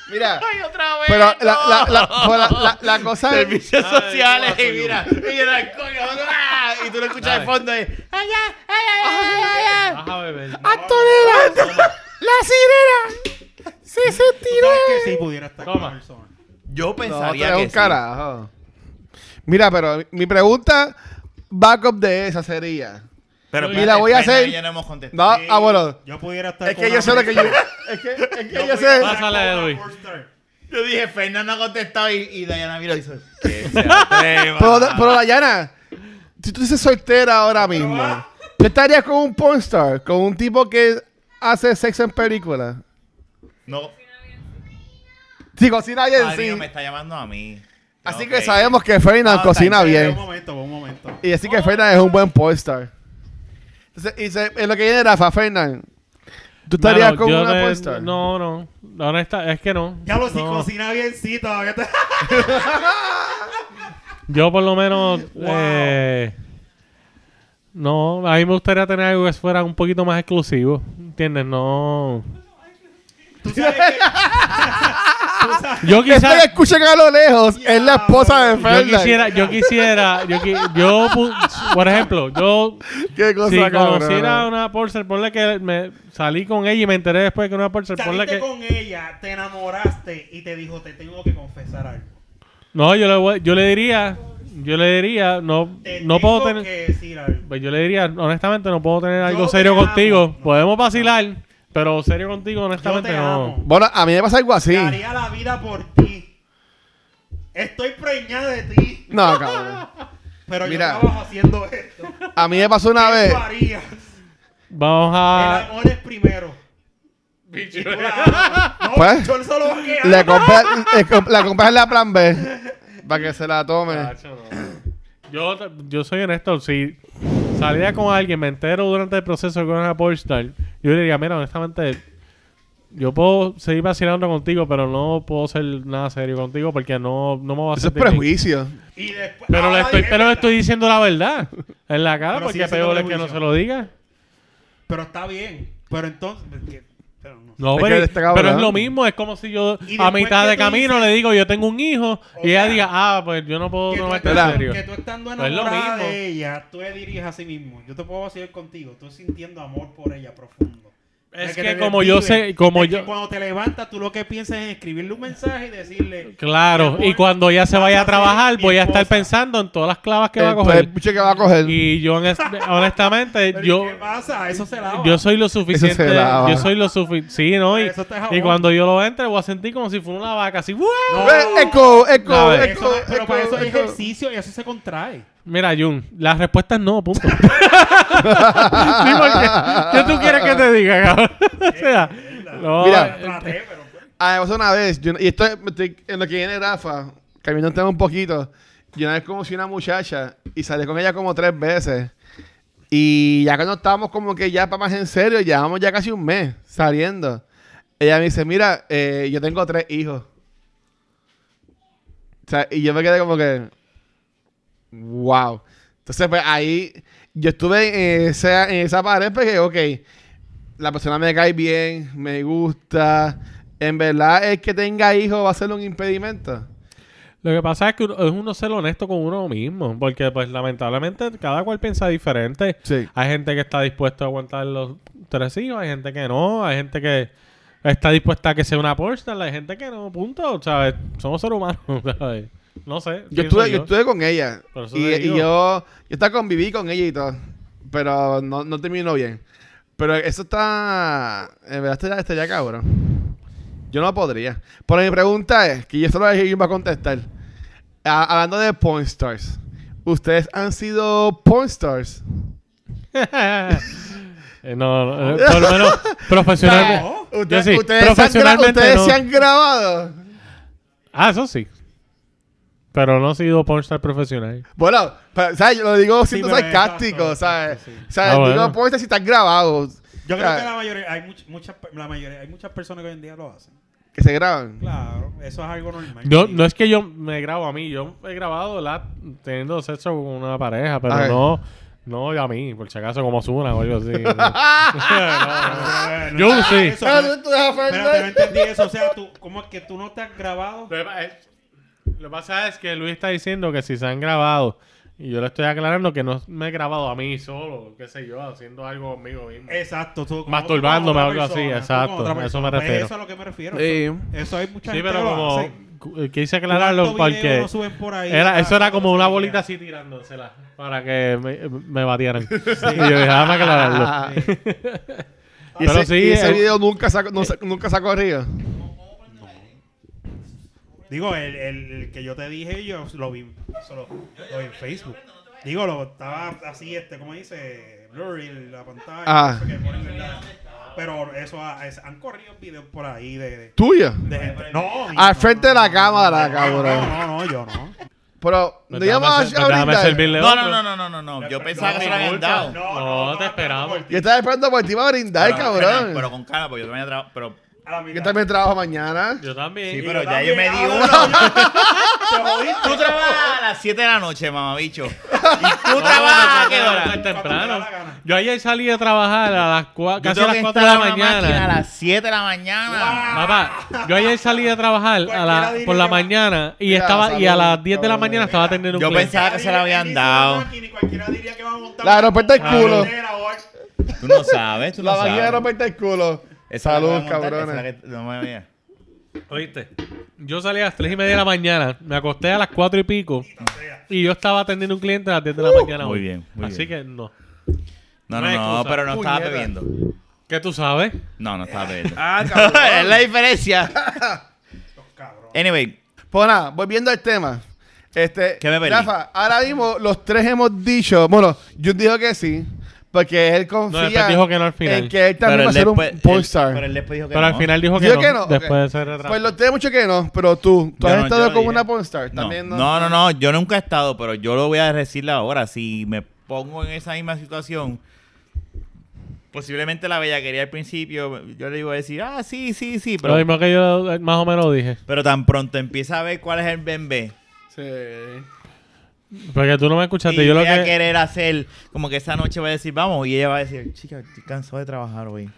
[SPEAKER 2] mira.
[SPEAKER 1] Ay, otra vez.
[SPEAKER 2] Pero la, la,
[SPEAKER 1] no.
[SPEAKER 2] la, pero la, la- la cosa es.
[SPEAKER 1] Servicios
[SPEAKER 4] Ay,
[SPEAKER 1] sociales.
[SPEAKER 4] guapo,
[SPEAKER 1] Y mira. Y el alcohol. y otro, ah, Y tú lo escuchas de
[SPEAKER 4] Ay.
[SPEAKER 1] fondo. y, Ay, ay, ay, ay, ay, ay.
[SPEAKER 4] Vas a beber.
[SPEAKER 2] ¡Antonella! ¡La sirena! ¡Sí, se tiró!
[SPEAKER 3] ¿Sabes que sí pudiera estar
[SPEAKER 4] Toma.
[SPEAKER 3] con Wilson?
[SPEAKER 1] Yo
[SPEAKER 2] No, tú
[SPEAKER 1] pensaría
[SPEAKER 2] eres
[SPEAKER 1] que
[SPEAKER 2] un
[SPEAKER 1] sí.
[SPEAKER 2] carajo. Mira, pero mi- mi pregunta, backup de esa sería.
[SPEAKER 1] Pero
[SPEAKER 4] Y
[SPEAKER 1] espérate,
[SPEAKER 2] la voy a
[SPEAKER 1] Fernan,
[SPEAKER 2] hacer.
[SPEAKER 1] Ya no hemos contestado.
[SPEAKER 2] No,
[SPEAKER 3] Sí,
[SPEAKER 2] ah, bueno.
[SPEAKER 3] Yo pudiera estar
[SPEAKER 2] Es
[SPEAKER 3] con
[SPEAKER 2] que yo
[SPEAKER 3] una
[SPEAKER 2] sé lo que yo.
[SPEAKER 3] pornstar.
[SPEAKER 2] Es que, es que yo,
[SPEAKER 3] pudiera
[SPEAKER 2] sé.
[SPEAKER 3] estar con
[SPEAKER 4] Pásala,
[SPEAKER 3] una
[SPEAKER 4] Edwin.
[SPEAKER 3] pornstar.
[SPEAKER 1] Yo dije, Fernando ha contestado y, y Dayana Miro
[SPEAKER 3] [laughs]
[SPEAKER 1] hizo. "Que [laughs] se atreva".
[SPEAKER 2] Pero, pero Dayana, si tú dices soltera ahora mismo, ¿tú estarías con un pornstar? Con un tipo que hace sexo en películas.
[SPEAKER 1] No,
[SPEAKER 2] Si cocina bien,
[SPEAKER 1] Adrián
[SPEAKER 2] sí.
[SPEAKER 1] me está llamando a mí.
[SPEAKER 2] Así
[SPEAKER 1] Tengo
[SPEAKER 2] que
[SPEAKER 1] ir.
[SPEAKER 2] sabemos que Ferdinand
[SPEAKER 1] Ah,
[SPEAKER 2] cocina
[SPEAKER 1] está
[SPEAKER 2] bien.
[SPEAKER 3] Un momento, un momento.
[SPEAKER 2] Y así que Fernand es un buen pornstar. Entonces, y se- en lo que viene Rafa, Fernand, ¿tú estarías
[SPEAKER 4] Mano,
[SPEAKER 2] con
[SPEAKER 4] yo
[SPEAKER 2] una
[SPEAKER 4] me-
[SPEAKER 2] pornstar?
[SPEAKER 4] No, no. La honesta es que no.
[SPEAKER 3] Ya lo si
[SPEAKER 4] no.
[SPEAKER 3] cocina bien, sí, todavía te...
[SPEAKER 2] [laughs]
[SPEAKER 4] Yo por lo menos...
[SPEAKER 3] Wow.
[SPEAKER 4] eh, no, a mí me gustaría tener algo que fuera un poquito más exclusivo. ¿Entiendes? No...
[SPEAKER 3] Tú sabes que... Tú sabes-
[SPEAKER 2] [laughs]
[SPEAKER 4] Yo
[SPEAKER 2] Que
[SPEAKER 4] quizás...
[SPEAKER 2] ustedes escuchen a lo lejos, es la esposa de
[SPEAKER 4] Yo
[SPEAKER 2] Fernand.
[SPEAKER 4] quisiera, yo quisiera, yo, qui- yo, pu- por ejemplo, yo
[SPEAKER 2] Qué cosa,
[SPEAKER 4] si
[SPEAKER 2] cabrona.
[SPEAKER 4] conociera a una Porcel, ponle que me salí con ella y me enteré después que una Porcel, ponle
[SPEAKER 3] Saliste
[SPEAKER 4] que...
[SPEAKER 3] con ella, te enamoraste y te dijo, te tengo que confesar algo.
[SPEAKER 4] No, yo le, voy- yo le diría, yo le diría, no,
[SPEAKER 3] Te
[SPEAKER 4] no puedo
[SPEAKER 3] tengo
[SPEAKER 4] tener...
[SPEAKER 3] que decir algo.
[SPEAKER 4] Pues yo le diría, honestamente, no puedo tener algo
[SPEAKER 3] te
[SPEAKER 4] serio
[SPEAKER 3] amo.
[SPEAKER 4] contigo.
[SPEAKER 3] No.
[SPEAKER 4] Podemos vacilar, pero serio contigo, honestamente,
[SPEAKER 3] Yo te
[SPEAKER 4] no.
[SPEAKER 3] amo.
[SPEAKER 2] Bueno, a mí me pasa algo así.
[SPEAKER 3] Te Daría la vida por ti. Estoy preñada de ti.
[SPEAKER 2] No, cabrón.
[SPEAKER 3] Pero
[SPEAKER 2] Mira.
[SPEAKER 3] yo trabajo haciendo esto.
[SPEAKER 2] A mí me pasó una
[SPEAKER 3] ¿Qué
[SPEAKER 2] vez.
[SPEAKER 3] tú harías?
[SPEAKER 4] Vamos
[SPEAKER 3] El
[SPEAKER 4] a.
[SPEAKER 3] amor es primero. Y tú
[SPEAKER 2] [laughs]
[SPEAKER 3] la amas. No,
[SPEAKER 2] Pues,
[SPEAKER 3] yo solo que
[SPEAKER 2] Le
[SPEAKER 3] amo.
[SPEAKER 2] compré, le comp- la compré en la plan B. Para que se la tome.
[SPEAKER 4] Cacho, no. Yo, yo soy honesto. Si salía con alguien, me entero durante el proceso que era una pornstar, yo le diría, mira, honestamente, yo puedo seguir vacilando contigo, pero no puedo ser nada serio contigo porque no, no me va a
[SPEAKER 2] Eso es
[SPEAKER 4] sentir bien".
[SPEAKER 2] prejuicio.
[SPEAKER 3] Y después- Ah,
[SPEAKER 4] Pero
[SPEAKER 3] ahora
[SPEAKER 4] le estoy,
[SPEAKER 3] dije,
[SPEAKER 4] pero le
[SPEAKER 3] ¿verdad?
[SPEAKER 4] estoy diciendo la verdad en la cara
[SPEAKER 3] Pero
[SPEAKER 4] porque
[SPEAKER 3] sigue siendo
[SPEAKER 4] peor es que no
[SPEAKER 3] prejuicio.
[SPEAKER 4] se lo diga.
[SPEAKER 3] Pero está bien. Pero entonces... porque- pero no.
[SPEAKER 4] No,
[SPEAKER 2] Es
[SPEAKER 4] pero,
[SPEAKER 2] que este
[SPEAKER 4] pero
[SPEAKER 2] cabrón-
[SPEAKER 4] es lo mismo, es como si yo
[SPEAKER 3] Y
[SPEAKER 4] a
[SPEAKER 3] después
[SPEAKER 4] mitad
[SPEAKER 3] que
[SPEAKER 4] de
[SPEAKER 3] tú
[SPEAKER 4] camino
[SPEAKER 3] dices-
[SPEAKER 4] le digo yo tengo un hijo y ella diga, ah, pues yo no puedo
[SPEAKER 3] que tú,
[SPEAKER 4] tomarte en
[SPEAKER 2] ¿Verdad?
[SPEAKER 3] estando,
[SPEAKER 4] serio.
[SPEAKER 3] que tú estando
[SPEAKER 4] Pues es lo
[SPEAKER 3] enamorada
[SPEAKER 4] mismo.
[SPEAKER 3] de ella, tú le dirías a sí mismo. Yo te puedo vacilar contigo. Estoy sintiendo amor por ella profundo.
[SPEAKER 4] Es
[SPEAKER 3] De
[SPEAKER 4] que
[SPEAKER 3] te
[SPEAKER 4] como yo
[SPEAKER 3] desvives,
[SPEAKER 4] sé- como
[SPEAKER 3] de que
[SPEAKER 4] yo-
[SPEAKER 3] cuando te levantas, tú lo que piensas es escribirle un mensaje y decirle.
[SPEAKER 4] Claro,
[SPEAKER 3] Mi amor,
[SPEAKER 4] y cuando ella se vaya a
[SPEAKER 3] vas ser
[SPEAKER 4] trabajar,
[SPEAKER 3] mi
[SPEAKER 4] voy a estar
[SPEAKER 3] esposa.
[SPEAKER 4] pensando en todas las clavas que va a
[SPEAKER 2] El- El
[SPEAKER 4] coger.
[SPEAKER 2] piche que va a coger.
[SPEAKER 4] Y yo, honest-
[SPEAKER 3] [laughs]
[SPEAKER 4] honestamente,
[SPEAKER 3] Pero ¿y
[SPEAKER 4] yo,
[SPEAKER 3] ¿Qué pasa? Eso se lava.
[SPEAKER 4] yo soy lo suficiente.
[SPEAKER 2] lava.
[SPEAKER 4] Yo soy lo suficiente. Sí, ¿no? Y,
[SPEAKER 3] Eso está
[SPEAKER 4] y
[SPEAKER 3] jabón.
[SPEAKER 4] cuando yo lo entre, voy a sentir como si fuera una vaca, así. ¡guau!
[SPEAKER 3] No,
[SPEAKER 2] Ve, Eco,
[SPEAKER 4] A
[SPEAKER 2] eco,
[SPEAKER 4] ver.
[SPEAKER 2] eco,
[SPEAKER 3] eso- pero para
[SPEAKER 2] eco,
[SPEAKER 3] eso hay
[SPEAKER 2] eco.
[SPEAKER 3] ejercicio y eso se contrae.
[SPEAKER 4] Mira, Jun, las respuestas no, punto. sí, porque, ¿Qué tú quieres que te diga, cabrón? [laughs] o sea, no,
[SPEAKER 2] Mira.
[SPEAKER 4] eh,
[SPEAKER 3] Traté, pero.
[SPEAKER 2] Ah, me pasó una vez. yo- y esto es- estoy- en lo que viene Rafa, cambiando el tema un poquito. Yo una vez conocí una muchacha y salí con ella como tres veces. Y ya cuando estábamos como que ya para más en serio, llevamos ya casi un mes saliendo. Ella me dice, mira, eh, yo tengo tres hijos. O sea, y yo me quedé como que, wow. Entonces, pues ahí yo estuve en esa, en esa pared porque, ok, la persona me cae bien, me gusta. En verdad, el que tenga hijos va a ser un impedimento.
[SPEAKER 4] Lo que pasa es que uno- es uno ser honesto con uno mismo, porque pues lamentablemente cada cual piensa diferente.
[SPEAKER 2] Sí.
[SPEAKER 4] Hay gente que está dispuesta a aguantar los tres hijos, hay gente que no, hay gente que está dispuesta a que sea una pornstar, hay gente que no, punto. ¿sabes? Somos seres humanos, [laughs] ¿sabes? No sé.
[SPEAKER 2] Yo
[SPEAKER 4] pienso
[SPEAKER 2] estuve, yo estuve con ella.
[SPEAKER 4] Por eso
[SPEAKER 2] Y,
[SPEAKER 4] te digo.
[SPEAKER 2] y yo, yo estaba conviví con ella y todo. Pero no, no terminó bien. Pero eso está. En verdad, estaría, estaría cabrón. Yo no podría. Pero mi pregunta es: que yo solo alguien va a contestar. A- hablando de porn stars, ¿ustedes han sido porn stars?
[SPEAKER 4] [laughs] Eh, no, no, eh, por
[SPEAKER 2] [laughs]
[SPEAKER 4] lo menos profesionalmente.
[SPEAKER 3] No.
[SPEAKER 4] Yo
[SPEAKER 2] ¿Ustedes,
[SPEAKER 4] sí,
[SPEAKER 2] ustedes se han gra-
[SPEAKER 4] profesionalmente
[SPEAKER 2] ustedes
[SPEAKER 4] no.
[SPEAKER 2] se han grabado?
[SPEAKER 4] Ah, eso sí. Pero no he sido pornstar profesional.
[SPEAKER 2] Bueno, pero, ¿sabes? Yo lo digo
[SPEAKER 3] Sí,
[SPEAKER 2] siendo
[SPEAKER 3] pero es
[SPEAKER 2] sarcástico,
[SPEAKER 3] exacto,
[SPEAKER 2] ¿sabes?
[SPEAKER 3] exacto, sí.
[SPEAKER 2] ¿Sabes?
[SPEAKER 4] Ah,
[SPEAKER 2] digo, pues,
[SPEAKER 4] bueno.
[SPEAKER 2] ponte si estás grabado.
[SPEAKER 3] Yo creo
[SPEAKER 2] ¿sabes?
[SPEAKER 3] que la mayoría, hay much- muchas, pe- la mayoría, hay muchas personas que hoy en día lo hacen.
[SPEAKER 2] Que se graban.
[SPEAKER 3] Claro, eso es algo normal.
[SPEAKER 4] Yo,
[SPEAKER 3] Sí.
[SPEAKER 4] no es que yo me grabo a mí, yo he grabado la, teniendo sexo con una pareja, pero
[SPEAKER 2] Ajá.
[SPEAKER 4] no No, a mí, por si acaso, como Osuna o algo así. No,
[SPEAKER 2] [laughs]
[SPEAKER 4] no, no. Yo sí.
[SPEAKER 3] Eso, no,
[SPEAKER 2] tú te vas a ofender.
[SPEAKER 3] Espérate, no entendí eso. O sea, tú, ¿cómo es que tú no te has grabado?
[SPEAKER 4] Lo que pa- es- lo que pasa es que Luis está diciendo que si se han grabado, y yo le estoy aclarando que no me he grabado a mí solo, qué sé yo, haciendo algo conmigo mismo.
[SPEAKER 3] Exacto. tú como-
[SPEAKER 4] Masturbándome
[SPEAKER 3] como
[SPEAKER 4] o algo
[SPEAKER 3] otra
[SPEAKER 4] así,
[SPEAKER 3] persona,
[SPEAKER 4] exacto,
[SPEAKER 3] tú como otra
[SPEAKER 4] a eso me
[SPEAKER 3] persona. Pues
[SPEAKER 4] refiero.
[SPEAKER 3] Eso es a lo que me refiero.
[SPEAKER 2] Sí.
[SPEAKER 3] Eso, eso hay mucha
[SPEAKER 4] Sí,
[SPEAKER 3] gente
[SPEAKER 4] pero
[SPEAKER 3] que lo
[SPEAKER 4] como
[SPEAKER 3] hace.
[SPEAKER 4] cu- eh, quise
[SPEAKER 3] ¿Cuántos
[SPEAKER 4] aclararlo
[SPEAKER 3] videos
[SPEAKER 4] porque
[SPEAKER 3] no suben por ahí?
[SPEAKER 4] era, eso era
[SPEAKER 3] Ah,
[SPEAKER 4] como una
[SPEAKER 3] sí,
[SPEAKER 4] bolita así tirándosela para que me, me batieran. [laughs] Y yo
[SPEAKER 2] [laughs]
[SPEAKER 4] déjame aclararlo.
[SPEAKER 2] Ah. Y
[SPEAKER 4] Pero
[SPEAKER 2] ese,
[SPEAKER 4] sí,
[SPEAKER 2] y ese
[SPEAKER 4] el-
[SPEAKER 2] video nunca se ha, no se- nunca se ha corrido.
[SPEAKER 3] Digo, el, el, el que yo te dije, yo lo vi, eso lo, lo vi en Facebook. Digo, lo estaba así, este, ¿cómo dice? Blurry la pantalla.
[SPEAKER 2] Ah.
[SPEAKER 3] no sé qué, ponerle la- pero eso ha- es- han corrido videos por ahí de, de,
[SPEAKER 2] Tuya.
[SPEAKER 3] de gente. No, mi-
[SPEAKER 2] Al frente de la cámara,
[SPEAKER 3] no, no,
[SPEAKER 2] cabrón.
[SPEAKER 3] no, no, yo no.
[SPEAKER 2] Pero,
[SPEAKER 4] Pues
[SPEAKER 2] ¿le llamas
[SPEAKER 4] déjame
[SPEAKER 2] a
[SPEAKER 4] ser- pues déjame servirle
[SPEAKER 1] No,
[SPEAKER 4] otro.
[SPEAKER 1] no, no, no, no, no, no. Yo pensaba
[SPEAKER 4] no,
[SPEAKER 1] que se
[SPEAKER 4] mi
[SPEAKER 1] lo habían
[SPEAKER 4] culpa.
[SPEAKER 1] dado.
[SPEAKER 4] No, no, te esperamos.
[SPEAKER 2] Yo estaba esperando por ti para brindar, cabrón.
[SPEAKER 1] Pero, pero con calma, porque yo también trabajo. Pero,
[SPEAKER 3] A la mitad.
[SPEAKER 2] yo también trabajo mañana.
[SPEAKER 4] Yo también.
[SPEAKER 1] sí,
[SPEAKER 4] Y-
[SPEAKER 1] pero
[SPEAKER 3] yo
[SPEAKER 1] ya yo me
[SPEAKER 3] también,
[SPEAKER 1] di
[SPEAKER 3] ahora
[SPEAKER 1] uno.
[SPEAKER 3] Te jodiste.
[SPEAKER 1] Tú trabajas a las 7 de la noche,
[SPEAKER 2] [laughs]
[SPEAKER 1] mamabicho. Y tú trabajas a qué
[SPEAKER 4] temprano,
[SPEAKER 1] hora.
[SPEAKER 3] Cuando te
[SPEAKER 4] temprano.
[SPEAKER 3] da la gana.
[SPEAKER 4] Yo ayer salí de trabajar a las cua-
[SPEAKER 1] Yo
[SPEAKER 4] casi a
[SPEAKER 1] tengo
[SPEAKER 4] las
[SPEAKER 1] que
[SPEAKER 4] 4 de la
[SPEAKER 1] instalar una máquina a
[SPEAKER 4] mañana.
[SPEAKER 1] las 7 de la mañana.
[SPEAKER 4] Papá, yo ayer salí de trabajar a la-
[SPEAKER 3] Cualquiera
[SPEAKER 4] por la
[SPEAKER 3] diría que va.
[SPEAKER 4] mañana y
[SPEAKER 2] Mira,
[SPEAKER 4] estaba y a
[SPEAKER 2] salud,
[SPEAKER 4] las 10 de la
[SPEAKER 2] cabrón.
[SPEAKER 4] mañana estaba atendiendo un
[SPEAKER 1] Yo
[SPEAKER 4] cliente.
[SPEAKER 1] pensaba que se la habían dado.
[SPEAKER 3] Ni cualquiera diría que va a montar
[SPEAKER 2] La aeropuerta del
[SPEAKER 3] una
[SPEAKER 2] culo.
[SPEAKER 3] bandera o algo.
[SPEAKER 1] Tú no sabes, tú
[SPEAKER 2] La
[SPEAKER 1] no
[SPEAKER 2] máquina de
[SPEAKER 1] sabes.
[SPEAKER 2] romperte el culo.
[SPEAKER 1] Esa es la
[SPEAKER 2] Salud,
[SPEAKER 1] que voy a montar, esa
[SPEAKER 2] cabrones.
[SPEAKER 1] es la que- No me veía.
[SPEAKER 4] Oíste, yo salí a las 3 y media de la mañana, me acosté a las 4 y pico y yo estaba atendiendo un cliente a las 10 de la mañana.
[SPEAKER 1] muy
[SPEAKER 4] hoy.
[SPEAKER 1] bien, muy
[SPEAKER 4] Así
[SPEAKER 1] bien.
[SPEAKER 4] que no.
[SPEAKER 1] No,
[SPEAKER 4] No
[SPEAKER 1] no,
[SPEAKER 4] hay
[SPEAKER 1] no,
[SPEAKER 4] excusa.
[SPEAKER 1] pero no estaba
[SPEAKER 2] Puñeta.
[SPEAKER 1] bebiendo.
[SPEAKER 4] ¿Qué tú sabes?
[SPEAKER 1] No, no estaba bebiendo. [laughs]
[SPEAKER 2] Ah,
[SPEAKER 1] es la diferencia.
[SPEAKER 3] Cabrón.
[SPEAKER 1] Anyway,
[SPEAKER 2] Pues nada, volviendo al tema. Este,
[SPEAKER 1] ¿Qué me perdí?
[SPEAKER 2] Rafa, ahora mismo los tres hemos dicho, bueno, yo dijo que sí, porque él confía
[SPEAKER 4] después dijo que no al final.
[SPEAKER 2] en que él
[SPEAKER 1] pero
[SPEAKER 2] también va a
[SPEAKER 1] él,
[SPEAKER 2] ser un
[SPEAKER 1] después, él-
[SPEAKER 2] pornstar.
[SPEAKER 1] pero él después dijo que
[SPEAKER 4] Pero al
[SPEAKER 1] no.
[SPEAKER 4] final dijo que
[SPEAKER 2] ¿Dijo
[SPEAKER 4] no,
[SPEAKER 2] que no?
[SPEAKER 4] después
[SPEAKER 2] Ok.
[SPEAKER 4] de ser retraso.
[SPEAKER 2] Pues los tres mucho que no, pero tú,
[SPEAKER 1] Yo
[SPEAKER 2] tú has
[SPEAKER 1] no- yo
[SPEAKER 2] estado
[SPEAKER 1] lo
[SPEAKER 2] con
[SPEAKER 1] dije.
[SPEAKER 2] una pornstar,
[SPEAKER 1] No.
[SPEAKER 2] Pues también no.
[SPEAKER 1] no, no, no, yo nunca he estado, pero yo lo voy a decirle ahora. Si me pongo en esa misma situación, posiblemente la bellaquería al principio, yo le iba a decir, ah, sí, sí, sí,
[SPEAKER 4] Lo
[SPEAKER 1] pero,
[SPEAKER 4] mismo que yo eh, más o menos dije.
[SPEAKER 1] pero tan pronto empieza a ver cuál es el bembé.
[SPEAKER 2] Sí.
[SPEAKER 4] Porque tú no me escuchaste.
[SPEAKER 1] Y
[SPEAKER 4] yo lo
[SPEAKER 1] voy a
[SPEAKER 4] que...
[SPEAKER 1] querer hacer, como que esa noche va a decir, vamos, y ella va a decir, chica, estoy cansado de trabajar hoy.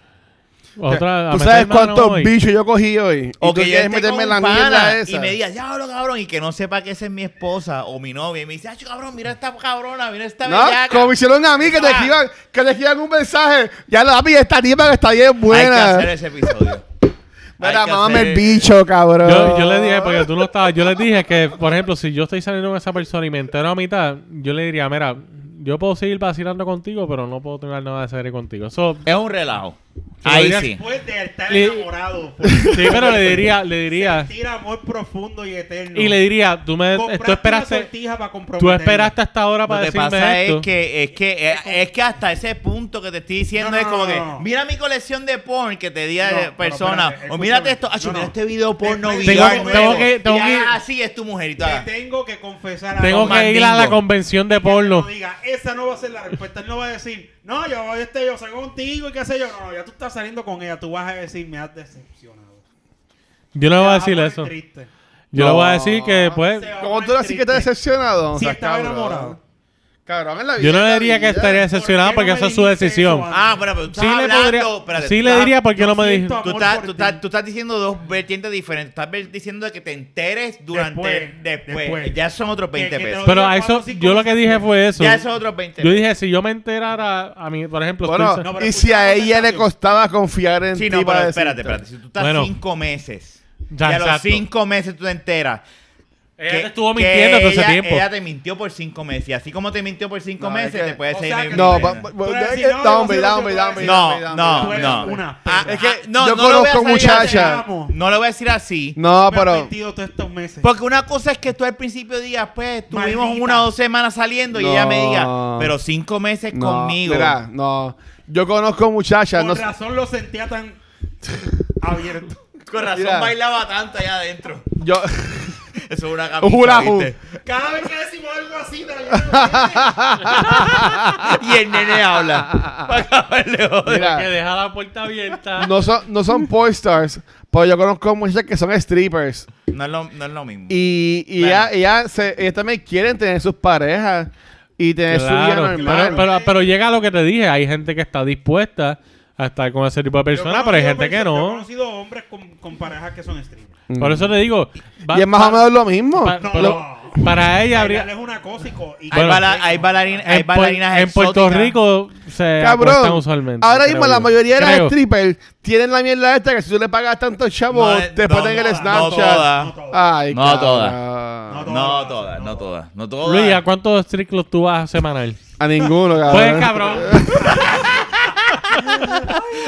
[SPEAKER 4] Pues Otra, a
[SPEAKER 2] ¿Tú
[SPEAKER 4] meter
[SPEAKER 2] sabes
[SPEAKER 4] mano
[SPEAKER 2] cuántos
[SPEAKER 4] hoy.
[SPEAKER 2] bichos yo cogí hoy?
[SPEAKER 1] O
[SPEAKER 2] y tú
[SPEAKER 1] que yo
[SPEAKER 2] quieres
[SPEAKER 1] esté con
[SPEAKER 2] meterme
[SPEAKER 1] un
[SPEAKER 2] la
[SPEAKER 1] pana
[SPEAKER 2] mierda esa.
[SPEAKER 1] y me diga, ya hablo cabrón, y que no sepa que esa es mi esposa o mi novia. Y me dice, ah, cabrón, mira esta cabrona, mira esta
[SPEAKER 2] no,
[SPEAKER 1] bellaca.
[SPEAKER 2] como me hicieron a mí que te
[SPEAKER 1] Ah.
[SPEAKER 2] escriban, que te escriban un mensaje. Ya la vi esta tipa que está bien
[SPEAKER 1] Hay que hacer
[SPEAKER 2] buena.
[SPEAKER 1] ese
[SPEAKER 3] [laughs]
[SPEAKER 1] episodio.
[SPEAKER 2] Mira,
[SPEAKER 1] Hay que
[SPEAKER 2] mamame
[SPEAKER 1] hacer-
[SPEAKER 2] el bicho, cabrón.
[SPEAKER 4] Yo, yo le dije, porque tú no estabas, yo le dije que, por ejemplo, si yo estoy saliendo con esa persona y me entero a mitad, yo le diría, mira, yo puedo seguir vacilando contigo, pero no puedo tener nada de serie contigo. Eso,
[SPEAKER 1] Es un relajo.
[SPEAKER 4] Pero
[SPEAKER 1] Ahí
[SPEAKER 4] digas-
[SPEAKER 1] sí.
[SPEAKER 3] Después de estar
[SPEAKER 4] Le-
[SPEAKER 3] enamorado.
[SPEAKER 4] [laughs]
[SPEAKER 3] por-
[SPEAKER 4] sí, pero le diría, le diría,
[SPEAKER 3] Sentir amor profundo y eterno.
[SPEAKER 4] y le diría, tú me,
[SPEAKER 3] Compraste
[SPEAKER 4] tú
[SPEAKER 3] una
[SPEAKER 4] esperaste,
[SPEAKER 3] sortija para
[SPEAKER 4] tú
[SPEAKER 3] comprometerla.
[SPEAKER 4] esperaste hasta ahora
[SPEAKER 1] Lo
[SPEAKER 4] para
[SPEAKER 1] que
[SPEAKER 4] decirme
[SPEAKER 1] pasa
[SPEAKER 4] esto.
[SPEAKER 1] es que, es que es, es que hasta ese punto que te estoy diciendo
[SPEAKER 3] No, no,
[SPEAKER 1] es como
[SPEAKER 3] no,
[SPEAKER 1] que
[SPEAKER 3] no.
[SPEAKER 1] mira mi colección de porn que te di
[SPEAKER 3] No,
[SPEAKER 1] a
[SPEAKER 3] pero
[SPEAKER 1] personas
[SPEAKER 3] espérate,
[SPEAKER 1] o mírate
[SPEAKER 3] escúchame.
[SPEAKER 1] esto, ah,
[SPEAKER 3] No,
[SPEAKER 1] mira
[SPEAKER 3] no.
[SPEAKER 1] este video porno
[SPEAKER 3] Tengo-
[SPEAKER 1] video
[SPEAKER 4] tengo
[SPEAKER 1] nuevo.
[SPEAKER 4] que- tengo
[SPEAKER 1] Y, ah,
[SPEAKER 4] que-
[SPEAKER 1] así es tu mujer y tú,
[SPEAKER 3] Te
[SPEAKER 1] ah,
[SPEAKER 3] tengo que confesar
[SPEAKER 4] Tengo
[SPEAKER 3] algo.
[SPEAKER 4] que ir a la
[SPEAKER 1] mandingo.
[SPEAKER 4] convención de
[SPEAKER 3] Que él
[SPEAKER 4] porno.
[SPEAKER 3] no diga, esa no va a ser la respuesta. Él no va a decir, no, yo, este, yo salgo contigo y qué sé yo. No, no, ya tú estás saliendo con ella. Tú vas a decir, me has decepcionado.
[SPEAKER 4] Yo no voy
[SPEAKER 3] Te
[SPEAKER 4] a
[SPEAKER 3] vas
[SPEAKER 4] decir
[SPEAKER 3] poner
[SPEAKER 4] eso.
[SPEAKER 3] triste.
[SPEAKER 4] Yo le voy a
[SPEAKER 2] No.
[SPEAKER 4] decir que pues, después,
[SPEAKER 3] Se va a
[SPEAKER 2] ¿Cómo
[SPEAKER 3] poner
[SPEAKER 2] tú no así que estás
[SPEAKER 3] triste.
[SPEAKER 2] decepcionado?
[SPEAKER 3] Si
[SPEAKER 2] O sea,
[SPEAKER 3] estaba
[SPEAKER 2] cabrón.
[SPEAKER 3] enamorado.
[SPEAKER 2] Cabrón, en la vida.
[SPEAKER 4] yo no
[SPEAKER 2] es
[SPEAKER 4] le
[SPEAKER 2] la
[SPEAKER 4] diría que
[SPEAKER 2] vida.
[SPEAKER 4] estaría decepcionado
[SPEAKER 3] ¿Por qué
[SPEAKER 4] porque
[SPEAKER 3] no
[SPEAKER 4] esa
[SPEAKER 3] me
[SPEAKER 4] es su
[SPEAKER 3] dijiste eso
[SPEAKER 4] decisión.
[SPEAKER 3] antes?
[SPEAKER 1] ah, pero, pero tú
[SPEAKER 4] Sí
[SPEAKER 1] estás
[SPEAKER 4] le
[SPEAKER 1] hablando,
[SPEAKER 4] podría,
[SPEAKER 1] espérate,
[SPEAKER 4] sí
[SPEAKER 1] tú
[SPEAKER 4] le
[SPEAKER 1] estás-
[SPEAKER 4] diría porque
[SPEAKER 3] yo
[SPEAKER 4] no me
[SPEAKER 3] siento
[SPEAKER 4] dijo.
[SPEAKER 1] Tú
[SPEAKER 3] Amor
[SPEAKER 1] estás,
[SPEAKER 3] por
[SPEAKER 1] tú,
[SPEAKER 3] ti.
[SPEAKER 1] estás, tú estás diciendo dos vertientes diferentes. Estás ver- diciendo de que te enteres durante.
[SPEAKER 3] Después,
[SPEAKER 1] Después.
[SPEAKER 3] después.
[SPEAKER 1] Ya son otros 20
[SPEAKER 3] que te
[SPEAKER 1] pesos.
[SPEAKER 3] lo-
[SPEAKER 4] Pero a
[SPEAKER 3] Cuatro,
[SPEAKER 4] eso,
[SPEAKER 3] cinco
[SPEAKER 4] yo lo que dije fue eso.
[SPEAKER 1] Ya son otros 20
[SPEAKER 4] Yo
[SPEAKER 1] pesos.
[SPEAKER 4] dije, si yo me enterara a mí, por ejemplo,
[SPEAKER 2] Bueno,
[SPEAKER 4] estoy-
[SPEAKER 3] No, pero
[SPEAKER 2] y si a ella
[SPEAKER 3] escucha
[SPEAKER 2] le
[SPEAKER 3] conversación.
[SPEAKER 2] costaba confiar en
[SPEAKER 1] Sí,
[SPEAKER 2] ti
[SPEAKER 1] no,
[SPEAKER 2] para
[SPEAKER 1] pero espérate,
[SPEAKER 2] decirte.
[SPEAKER 1] espérate. Si tú estás
[SPEAKER 4] Bueno.
[SPEAKER 1] cinco meses.
[SPEAKER 4] Ya,
[SPEAKER 1] y a los
[SPEAKER 4] exacto.
[SPEAKER 1] cinco meses tú te enteras.
[SPEAKER 4] ella
[SPEAKER 1] que-
[SPEAKER 4] te estuvo
[SPEAKER 1] que
[SPEAKER 4] mintiendo todo ese
[SPEAKER 1] ella-
[SPEAKER 4] tiempo.
[SPEAKER 1] Ella te mintió por cinco meses. Y así como te mintió por cinco
[SPEAKER 2] No, es
[SPEAKER 1] meses,
[SPEAKER 2] que-
[SPEAKER 1] te puedes
[SPEAKER 3] o
[SPEAKER 1] seguir
[SPEAKER 3] sea que-
[SPEAKER 2] No,
[SPEAKER 1] mintiendo.
[SPEAKER 2] va- va-
[SPEAKER 3] Tú eres así,
[SPEAKER 2] eh,
[SPEAKER 3] no, yo
[SPEAKER 2] dame,
[SPEAKER 3] sé lo que
[SPEAKER 2] dame,
[SPEAKER 3] tú
[SPEAKER 2] dame.
[SPEAKER 3] vas a
[SPEAKER 1] No,
[SPEAKER 2] dame,
[SPEAKER 1] no,
[SPEAKER 2] dame,
[SPEAKER 3] Tú
[SPEAKER 2] dame,
[SPEAKER 3] eres
[SPEAKER 1] no.
[SPEAKER 2] dame.
[SPEAKER 3] una
[SPEAKER 1] Ah,
[SPEAKER 2] Es que
[SPEAKER 1] ah, no,
[SPEAKER 2] yo
[SPEAKER 1] no lo voy a
[SPEAKER 2] conozco
[SPEAKER 1] salir así.
[SPEAKER 2] muchachas.
[SPEAKER 1] No lo voy a decir así.
[SPEAKER 2] No,
[SPEAKER 3] me has
[SPEAKER 2] pero.
[SPEAKER 3] mentido todos estos meses.
[SPEAKER 1] Porque una cosa es que tú al principio digas, pues, tuvimos
[SPEAKER 3] Maldita.
[SPEAKER 1] una o dos semanas saliendo y ella me diga,
[SPEAKER 2] No.
[SPEAKER 1] pero cinco meses
[SPEAKER 2] no,
[SPEAKER 1] conmigo.
[SPEAKER 2] Mira, no. Yo conozco muchachas.
[SPEAKER 3] Con
[SPEAKER 2] No,
[SPEAKER 3] razón lo sentía
[SPEAKER 2] [laughs]
[SPEAKER 3] tan abierto.
[SPEAKER 1] Con razón
[SPEAKER 2] Mira.
[SPEAKER 1] bailaba tanto allá adentro.
[SPEAKER 3] [laughs]
[SPEAKER 2] yo.
[SPEAKER 1] Eso es una camisa,
[SPEAKER 2] [laughs] Hula hoop.
[SPEAKER 1] ¿viste?
[SPEAKER 3] Cada vez que decimos algo así, también me
[SPEAKER 1] [laughs] Y
[SPEAKER 3] viene.
[SPEAKER 1] el nene habla. Para acabarle joder.
[SPEAKER 4] Que
[SPEAKER 2] Mira,
[SPEAKER 4] deja la
[SPEAKER 2] [laughs]
[SPEAKER 4] puerta abierta.
[SPEAKER 2] no son, no son pornstars, pero yo conozco muchachas que son strippers.
[SPEAKER 1] No es lo, no es lo mismo.
[SPEAKER 2] Y, y
[SPEAKER 1] Bueno.
[SPEAKER 2] ella- ella se- ellas también quieren tener sus parejas. y tener su vida
[SPEAKER 4] Claro,
[SPEAKER 2] normal.
[SPEAKER 4] pero, pero, pero llega a lo que te dije. Hay gente que está dispuesta a estar con ese tipo de
[SPEAKER 3] Yo he
[SPEAKER 4] personas, pero hay
[SPEAKER 3] conocido
[SPEAKER 4] gente que
[SPEAKER 3] perso- Yo he
[SPEAKER 4] no.
[SPEAKER 3] conocido hombres con, con parejas que son streamers.
[SPEAKER 4] Por eso te digo. va-
[SPEAKER 2] y es más o
[SPEAKER 4] pa-
[SPEAKER 2] menos lo mismo.
[SPEAKER 4] pa-
[SPEAKER 3] No,
[SPEAKER 4] pero
[SPEAKER 3] no.
[SPEAKER 4] Para ella habría.
[SPEAKER 3] Bailarle es una cosa y... co- y-
[SPEAKER 1] Hay,
[SPEAKER 4] Bueno.
[SPEAKER 1] bala- hay bailarina- hay
[SPEAKER 4] en, Puer-
[SPEAKER 1] bailarinas
[SPEAKER 4] en Puerto
[SPEAKER 1] exóticas.
[SPEAKER 4] Rico se
[SPEAKER 2] Cabrón,
[SPEAKER 4] acuestan eh, usualmente.
[SPEAKER 2] ahora
[SPEAKER 4] creo
[SPEAKER 2] mismo la
[SPEAKER 4] yo.
[SPEAKER 2] mayoría de
[SPEAKER 4] Creo.
[SPEAKER 2] las strippers tienen la mierda esta que si tú le pagas tantos chavos,
[SPEAKER 1] No,
[SPEAKER 2] te
[SPEAKER 1] no,
[SPEAKER 2] ponen el
[SPEAKER 1] no,
[SPEAKER 2] Snapchat.
[SPEAKER 1] todas.
[SPEAKER 3] No todas.
[SPEAKER 2] Ay,
[SPEAKER 1] No todas.
[SPEAKER 2] cabrón.
[SPEAKER 1] No todas, no todas, no todas.
[SPEAKER 4] Luis, ¿a cuántos strip clubs tú vas semanal?
[SPEAKER 2] A ninguno, cabrón.
[SPEAKER 4] Pues cabrón.
[SPEAKER 2] [laughs]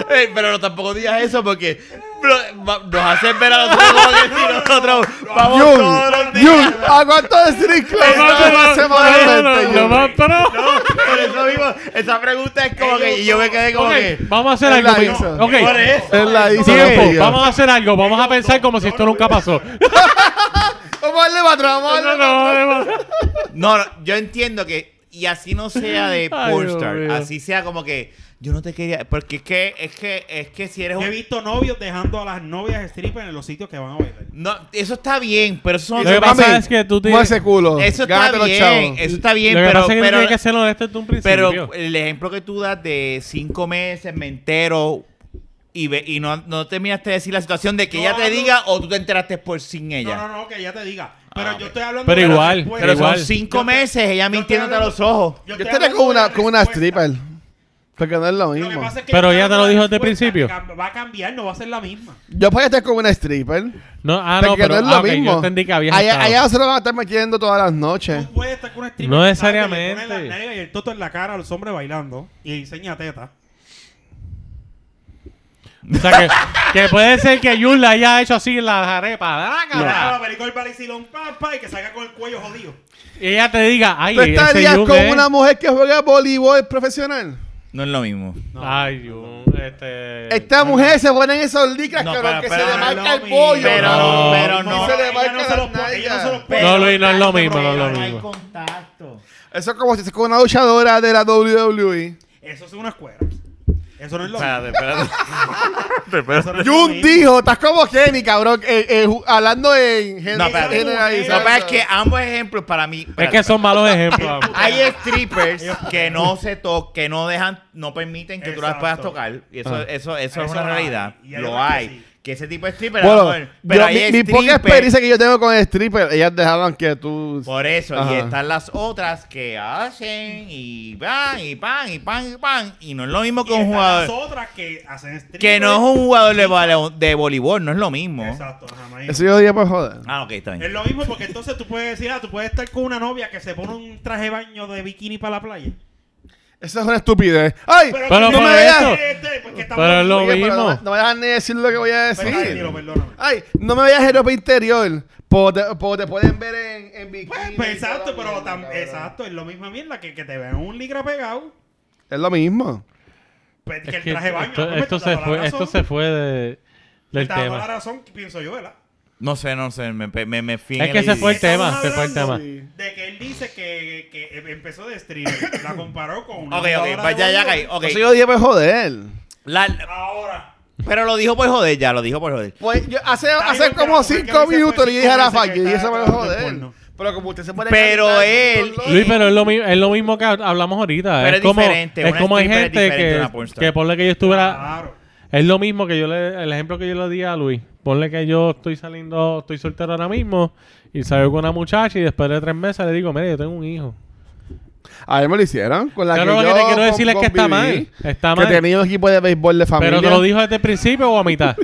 [SPEAKER 1] Ey, Eh, pero no, tampoco digas eso porque bro, va- nos hacen ver a nosotros como que si nosotros vamos
[SPEAKER 2] Jun,
[SPEAKER 1] todos los días.
[SPEAKER 2] Jun, ¿a cuántos strip clubs
[SPEAKER 1] No,
[SPEAKER 2] tú vas semanalmente,
[SPEAKER 4] no,
[SPEAKER 2] Jun?
[SPEAKER 4] no, no, no.
[SPEAKER 1] Por eso mismo, esa pregunta es como que y yo me quedé como
[SPEAKER 4] Ok,
[SPEAKER 1] que
[SPEAKER 4] Vamos a hacer
[SPEAKER 2] Es
[SPEAKER 4] algo.
[SPEAKER 2] la
[SPEAKER 4] mi-
[SPEAKER 2] Isa.
[SPEAKER 4] Ok,
[SPEAKER 1] por eso.
[SPEAKER 2] Es la
[SPEAKER 4] tiempo.
[SPEAKER 2] dice.
[SPEAKER 4] Vamos a hacer algo. Vamos a pensar como si esto nunca pasó.
[SPEAKER 2] Vamos a darle para atrás, vamos a darle
[SPEAKER 4] No,
[SPEAKER 2] para atrás.
[SPEAKER 4] no,
[SPEAKER 1] No,
[SPEAKER 4] no.
[SPEAKER 1] no, yo entiendo que y así no sea de
[SPEAKER 4] Ay,
[SPEAKER 1] pornstar,
[SPEAKER 4] Dios mío.
[SPEAKER 1] así sea como que yo no te quería porque es que es que es que si eres
[SPEAKER 3] He
[SPEAKER 1] un
[SPEAKER 3] visto novios dejando a las novias strippers en los sitios que van a bailar.
[SPEAKER 1] no, eso está bien, pero eso no
[SPEAKER 4] Lo que
[SPEAKER 1] te
[SPEAKER 4] pasa
[SPEAKER 2] Mami,
[SPEAKER 4] es que tú tienes-
[SPEAKER 2] mueve ese culo.
[SPEAKER 1] Eso está
[SPEAKER 2] Gánate los
[SPEAKER 1] bien,
[SPEAKER 2] chavos.
[SPEAKER 1] eso está bien,
[SPEAKER 4] Lo que
[SPEAKER 1] pero,
[SPEAKER 4] pasa es que tú
[SPEAKER 1] pero-
[SPEAKER 4] tienes que ser honesto desde un principio.
[SPEAKER 1] pero el ejemplo que tú das de cinco meses, me entero y, ve- y no, no terminaste de decir la situación de que
[SPEAKER 3] No,
[SPEAKER 1] ella te
[SPEAKER 3] no.
[SPEAKER 1] diga o tú te enteraste por sin ella.
[SPEAKER 3] No, no, no, que ella te diga. Pero
[SPEAKER 1] Ah,
[SPEAKER 3] yo
[SPEAKER 1] ok.
[SPEAKER 3] estoy hablando
[SPEAKER 4] Pero
[SPEAKER 3] de la
[SPEAKER 4] igual,
[SPEAKER 3] respuesta.
[SPEAKER 1] Pero
[SPEAKER 4] igual.
[SPEAKER 1] son cinco
[SPEAKER 3] Yo te-
[SPEAKER 1] meses ella
[SPEAKER 3] yo te
[SPEAKER 1] mintiéndote a
[SPEAKER 3] hablo-
[SPEAKER 1] los ojos.
[SPEAKER 2] Yo
[SPEAKER 3] estoy
[SPEAKER 2] estaré
[SPEAKER 3] hablando
[SPEAKER 2] con
[SPEAKER 3] de
[SPEAKER 2] una,
[SPEAKER 3] la
[SPEAKER 2] con una
[SPEAKER 3] respuesta.
[SPEAKER 2] stripper. Porque no es lo
[SPEAKER 3] Lo que
[SPEAKER 2] mismo.
[SPEAKER 3] pasa es que
[SPEAKER 4] Pero
[SPEAKER 3] yo
[SPEAKER 4] ella te lo
[SPEAKER 3] hablo de
[SPEAKER 4] dijo
[SPEAKER 3] la
[SPEAKER 4] desde el
[SPEAKER 3] respuesta,
[SPEAKER 4] principio.
[SPEAKER 3] cam- Va a cambiar, no va a ser la misma.
[SPEAKER 2] Yo podría estar con una stripper.
[SPEAKER 4] no, ah, no,
[SPEAKER 2] Porque
[SPEAKER 4] pero
[SPEAKER 2] no es lo
[SPEAKER 4] ah, ok,
[SPEAKER 2] mismo.
[SPEAKER 4] yo entendí que había
[SPEAKER 2] allá, allá se lo van a estar metiendo todas las noches.
[SPEAKER 3] Tú puedes estar con una stripper
[SPEAKER 4] No
[SPEAKER 3] que sabe que le pone
[SPEAKER 4] necesariamente.
[SPEAKER 3] la nalga y el toto en la cara a los hombres bailando y enseña teta.
[SPEAKER 4] O sea, que, que puede ser que Yul la haya hecho así en la arepa. ¡Ah, cabrón!
[SPEAKER 3] Ahora, abanico el baricilón, pa, pa, y que salga con el cuello jodido.
[SPEAKER 4] Y ella te diga, ay,
[SPEAKER 2] ¿Tú
[SPEAKER 4] ese
[SPEAKER 2] estarías
[SPEAKER 4] Yul
[SPEAKER 2] con
[SPEAKER 1] ¿eh?
[SPEAKER 4] es-
[SPEAKER 2] una mujer que juega voleibol profesional?
[SPEAKER 1] No es lo mismo.
[SPEAKER 4] Ay, Yul, este...
[SPEAKER 2] Esta mujer se pone en esos licras,
[SPEAKER 1] Eh, No,
[SPEAKER 2] cabrón,
[SPEAKER 1] pero-
[SPEAKER 2] que
[SPEAKER 1] pero
[SPEAKER 2] se le
[SPEAKER 1] no
[SPEAKER 2] marca
[SPEAKER 3] es lo
[SPEAKER 2] el
[SPEAKER 3] mismo.
[SPEAKER 2] pollo.
[SPEAKER 1] Pero
[SPEAKER 4] no,
[SPEAKER 2] cabrón.
[SPEAKER 1] pero
[SPEAKER 2] Y
[SPEAKER 1] no.
[SPEAKER 2] se le
[SPEAKER 3] Ella
[SPEAKER 2] marca
[SPEAKER 3] no
[SPEAKER 2] las
[SPEAKER 3] se los pone, ella no se los
[SPEAKER 2] nalgas.
[SPEAKER 3] pone.
[SPEAKER 4] No, Luis, no es lo mismo, no es
[SPEAKER 1] Pero
[SPEAKER 4] lo
[SPEAKER 1] hay
[SPEAKER 4] mismo.
[SPEAKER 1] contacto.
[SPEAKER 2] Eso es como si es con una luchadora de la E. WWE.
[SPEAKER 3] Eso es una escuela. Eso no es lo mismo. [laughs]
[SPEAKER 1] espérate.
[SPEAKER 3] Eso no es lo
[SPEAKER 2] Jun
[SPEAKER 3] mismo.
[SPEAKER 2] dijo, estás como Kenny, cabrón, eh, eh, ju- hablando en gen-
[SPEAKER 1] No, espérate.
[SPEAKER 2] generalizado.
[SPEAKER 1] No, pero es que ambos ejemplos para mí.
[SPEAKER 4] Es que son malos ejemplos. amigo.
[SPEAKER 1] Hay strippers que no se tocan, que no dejan, no permiten que tú las puedas
[SPEAKER 3] Exacto.
[SPEAKER 1] tocar. Y eso,
[SPEAKER 4] Ah.
[SPEAKER 1] eso, eso, es
[SPEAKER 3] Eso
[SPEAKER 1] una
[SPEAKER 3] hay,
[SPEAKER 1] realidad.
[SPEAKER 3] y hay
[SPEAKER 1] Lo
[SPEAKER 3] otras que
[SPEAKER 1] hay.
[SPEAKER 3] sí.
[SPEAKER 1] Que ese tipo de stripper.
[SPEAKER 2] Bueno,
[SPEAKER 1] amor, pero
[SPEAKER 2] yo-
[SPEAKER 1] hay
[SPEAKER 2] mi, mi poca
[SPEAKER 1] strippers-
[SPEAKER 2] experiencia que yo tengo con stripper, ellas dejaban que tú...
[SPEAKER 1] Por eso, y
[SPEAKER 2] Ajá.
[SPEAKER 1] están las otras que hacen y pan, y pan, y pan, y pan. Y no es lo mismo
[SPEAKER 3] Y
[SPEAKER 1] que un
[SPEAKER 3] están
[SPEAKER 1] jugador.
[SPEAKER 3] las otras que hacen stripper.
[SPEAKER 1] Que no es un jugador de, vole- de voleibol, no es lo mismo.
[SPEAKER 3] Exacto, jamás.
[SPEAKER 2] Eso yo dije por joder.
[SPEAKER 1] Ah, ok, está
[SPEAKER 3] Es
[SPEAKER 1] bien.
[SPEAKER 3] lo mismo porque entonces tú puedes decir, ah, tú puedes estar con una novia que se pone un traje de baño de bikini para la playa.
[SPEAKER 2] Eso es una estupidez. ¡Ay!
[SPEAKER 4] Pero
[SPEAKER 2] no
[SPEAKER 4] por
[SPEAKER 2] me
[SPEAKER 4] eso.
[SPEAKER 2] veas...
[SPEAKER 3] Este, pues, que está
[SPEAKER 4] Pero es lo
[SPEAKER 2] Oye, pero
[SPEAKER 4] mismo.
[SPEAKER 2] no, no me dejan ni decir lo que voy a decir.
[SPEAKER 3] Perdón, Danilo, perdóname.
[SPEAKER 2] Ay, no me veas en ropa interior. Porque te, po- te pueden ver en, en bikini.
[SPEAKER 3] Pues,
[SPEAKER 2] toda la
[SPEAKER 3] pues, exacto, pero
[SPEAKER 2] mierda,
[SPEAKER 3] tam-
[SPEAKER 2] cabrón.
[SPEAKER 3] exacto, es lo misma mierda que, que te vean un ligra pegado.
[SPEAKER 2] Es lo mismo.
[SPEAKER 3] pues, que
[SPEAKER 4] Es
[SPEAKER 3] el
[SPEAKER 4] que
[SPEAKER 3] traje de baño.
[SPEAKER 4] esto,
[SPEAKER 3] no, pues,
[SPEAKER 4] esto
[SPEAKER 3] te
[SPEAKER 4] se
[SPEAKER 3] daba la
[SPEAKER 4] fue,
[SPEAKER 3] razón.
[SPEAKER 4] esto se fue de, del
[SPEAKER 3] Te daba la
[SPEAKER 4] tema.
[SPEAKER 3] razón, pienso yo, ¿verdad?
[SPEAKER 1] No sé, no sé, me, me, me fui en
[SPEAKER 4] Es que
[SPEAKER 1] el-
[SPEAKER 4] se fue el tema,
[SPEAKER 3] Estamos
[SPEAKER 4] se fue el
[SPEAKER 3] hablando
[SPEAKER 4] tema.
[SPEAKER 3] De que él dice que, que empezó de streamer, la comparó con una.
[SPEAKER 1] Ok, ok,
[SPEAKER 3] jugadora
[SPEAKER 1] pues
[SPEAKER 3] de
[SPEAKER 1] ya, ya caí.
[SPEAKER 3] voleibol.
[SPEAKER 1] Ok.
[SPEAKER 2] Eso yo dije por joder.
[SPEAKER 1] La-
[SPEAKER 3] Ahora.
[SPEAKER 1] pero lo dijo por joder, ya lo dijo por joder.
[SPEAKER 2] Pues yo hace,
[SPEAKER 3] Está
[SPEAKER 2] hace
[SPEAKER 3] bien,
[SPEAKER 2] como
[SPEAKER 3] pero porque
[SPEAKER 2] cinco
[SPEAKER 3] él se
[SPEAKER 2] minutos
[SPEAKER 3] fue
[SPEAKER 2] le dije a
[SPEAKER 3] cinco
[SPEAKER 2] la
[SPEAKER 3] veces que
[SPEAKER 2] Facky y
[SPEAKER 3] está
[SPEAKER 2] eso me lo
[SPEAKER 3] trabajando en
[SPEAKER 2] joder.
[SPEAKER 3] porno.
[SPEAKER 2] Pero como usted se pone.
[SPEAKER 1] Pero
[SPEAKER 2] caliente,
[SPEAKER 1] él-
[SPEAKER 2] doctor
[SPEAKER 4] Luis,
[SPEAKER 2] Lloyd.
[SPEAKER 4] pero es lo, mi- es lo mismo que hablamos ahorita.
[SPEAKER 1] Pero es
[SPEAKER 4] es, como,
[SPEAKER 1] diferente,
[SPEAKER 4] Es
[SPEAKER 1] una
[SPEAKER 4] como hay
[SPEAKER 1] stripper es
[SPEAKER 4] gente
[SPEAKER 1] diferente a
[SPEAKER 4] que,
[SPEAKER 1] una pornstar.
[SPEAKER 4] que ponle que yo estuviera...
[SPEAKER 3] Claro.
[SPEAKER 4] Es lo mismo que yo le... El ejemplo que yo le di a Luis. Ponle que yo estoy saliendo... Estoy soltero ahora mismo y salgo con una muchacha y después de tres meses le digo, mire, yo tengo un hijo.
[SPEAKER 2] A él me lo hicieron. Con la
[SPEAKER 4] Claro,
[SPEAKER 2] que
[SPEAKER 4] lo que
[SPEAKER 2] yo
[SPEAKER 4] te quiero decir es que está
[SPEAKER 2] conviví,
[SPEAKER 4] mal, está
[SPEAKER 2] Que
[SPEAKER 4] mal.
[SPEAKER 2] tenía un equipo de béisbol de familia.
[SPEAKER 4] Pero te lo dijo desde el principio o
[SPEAKER 1] [laughs]
[SPEAKER 4] a mitad.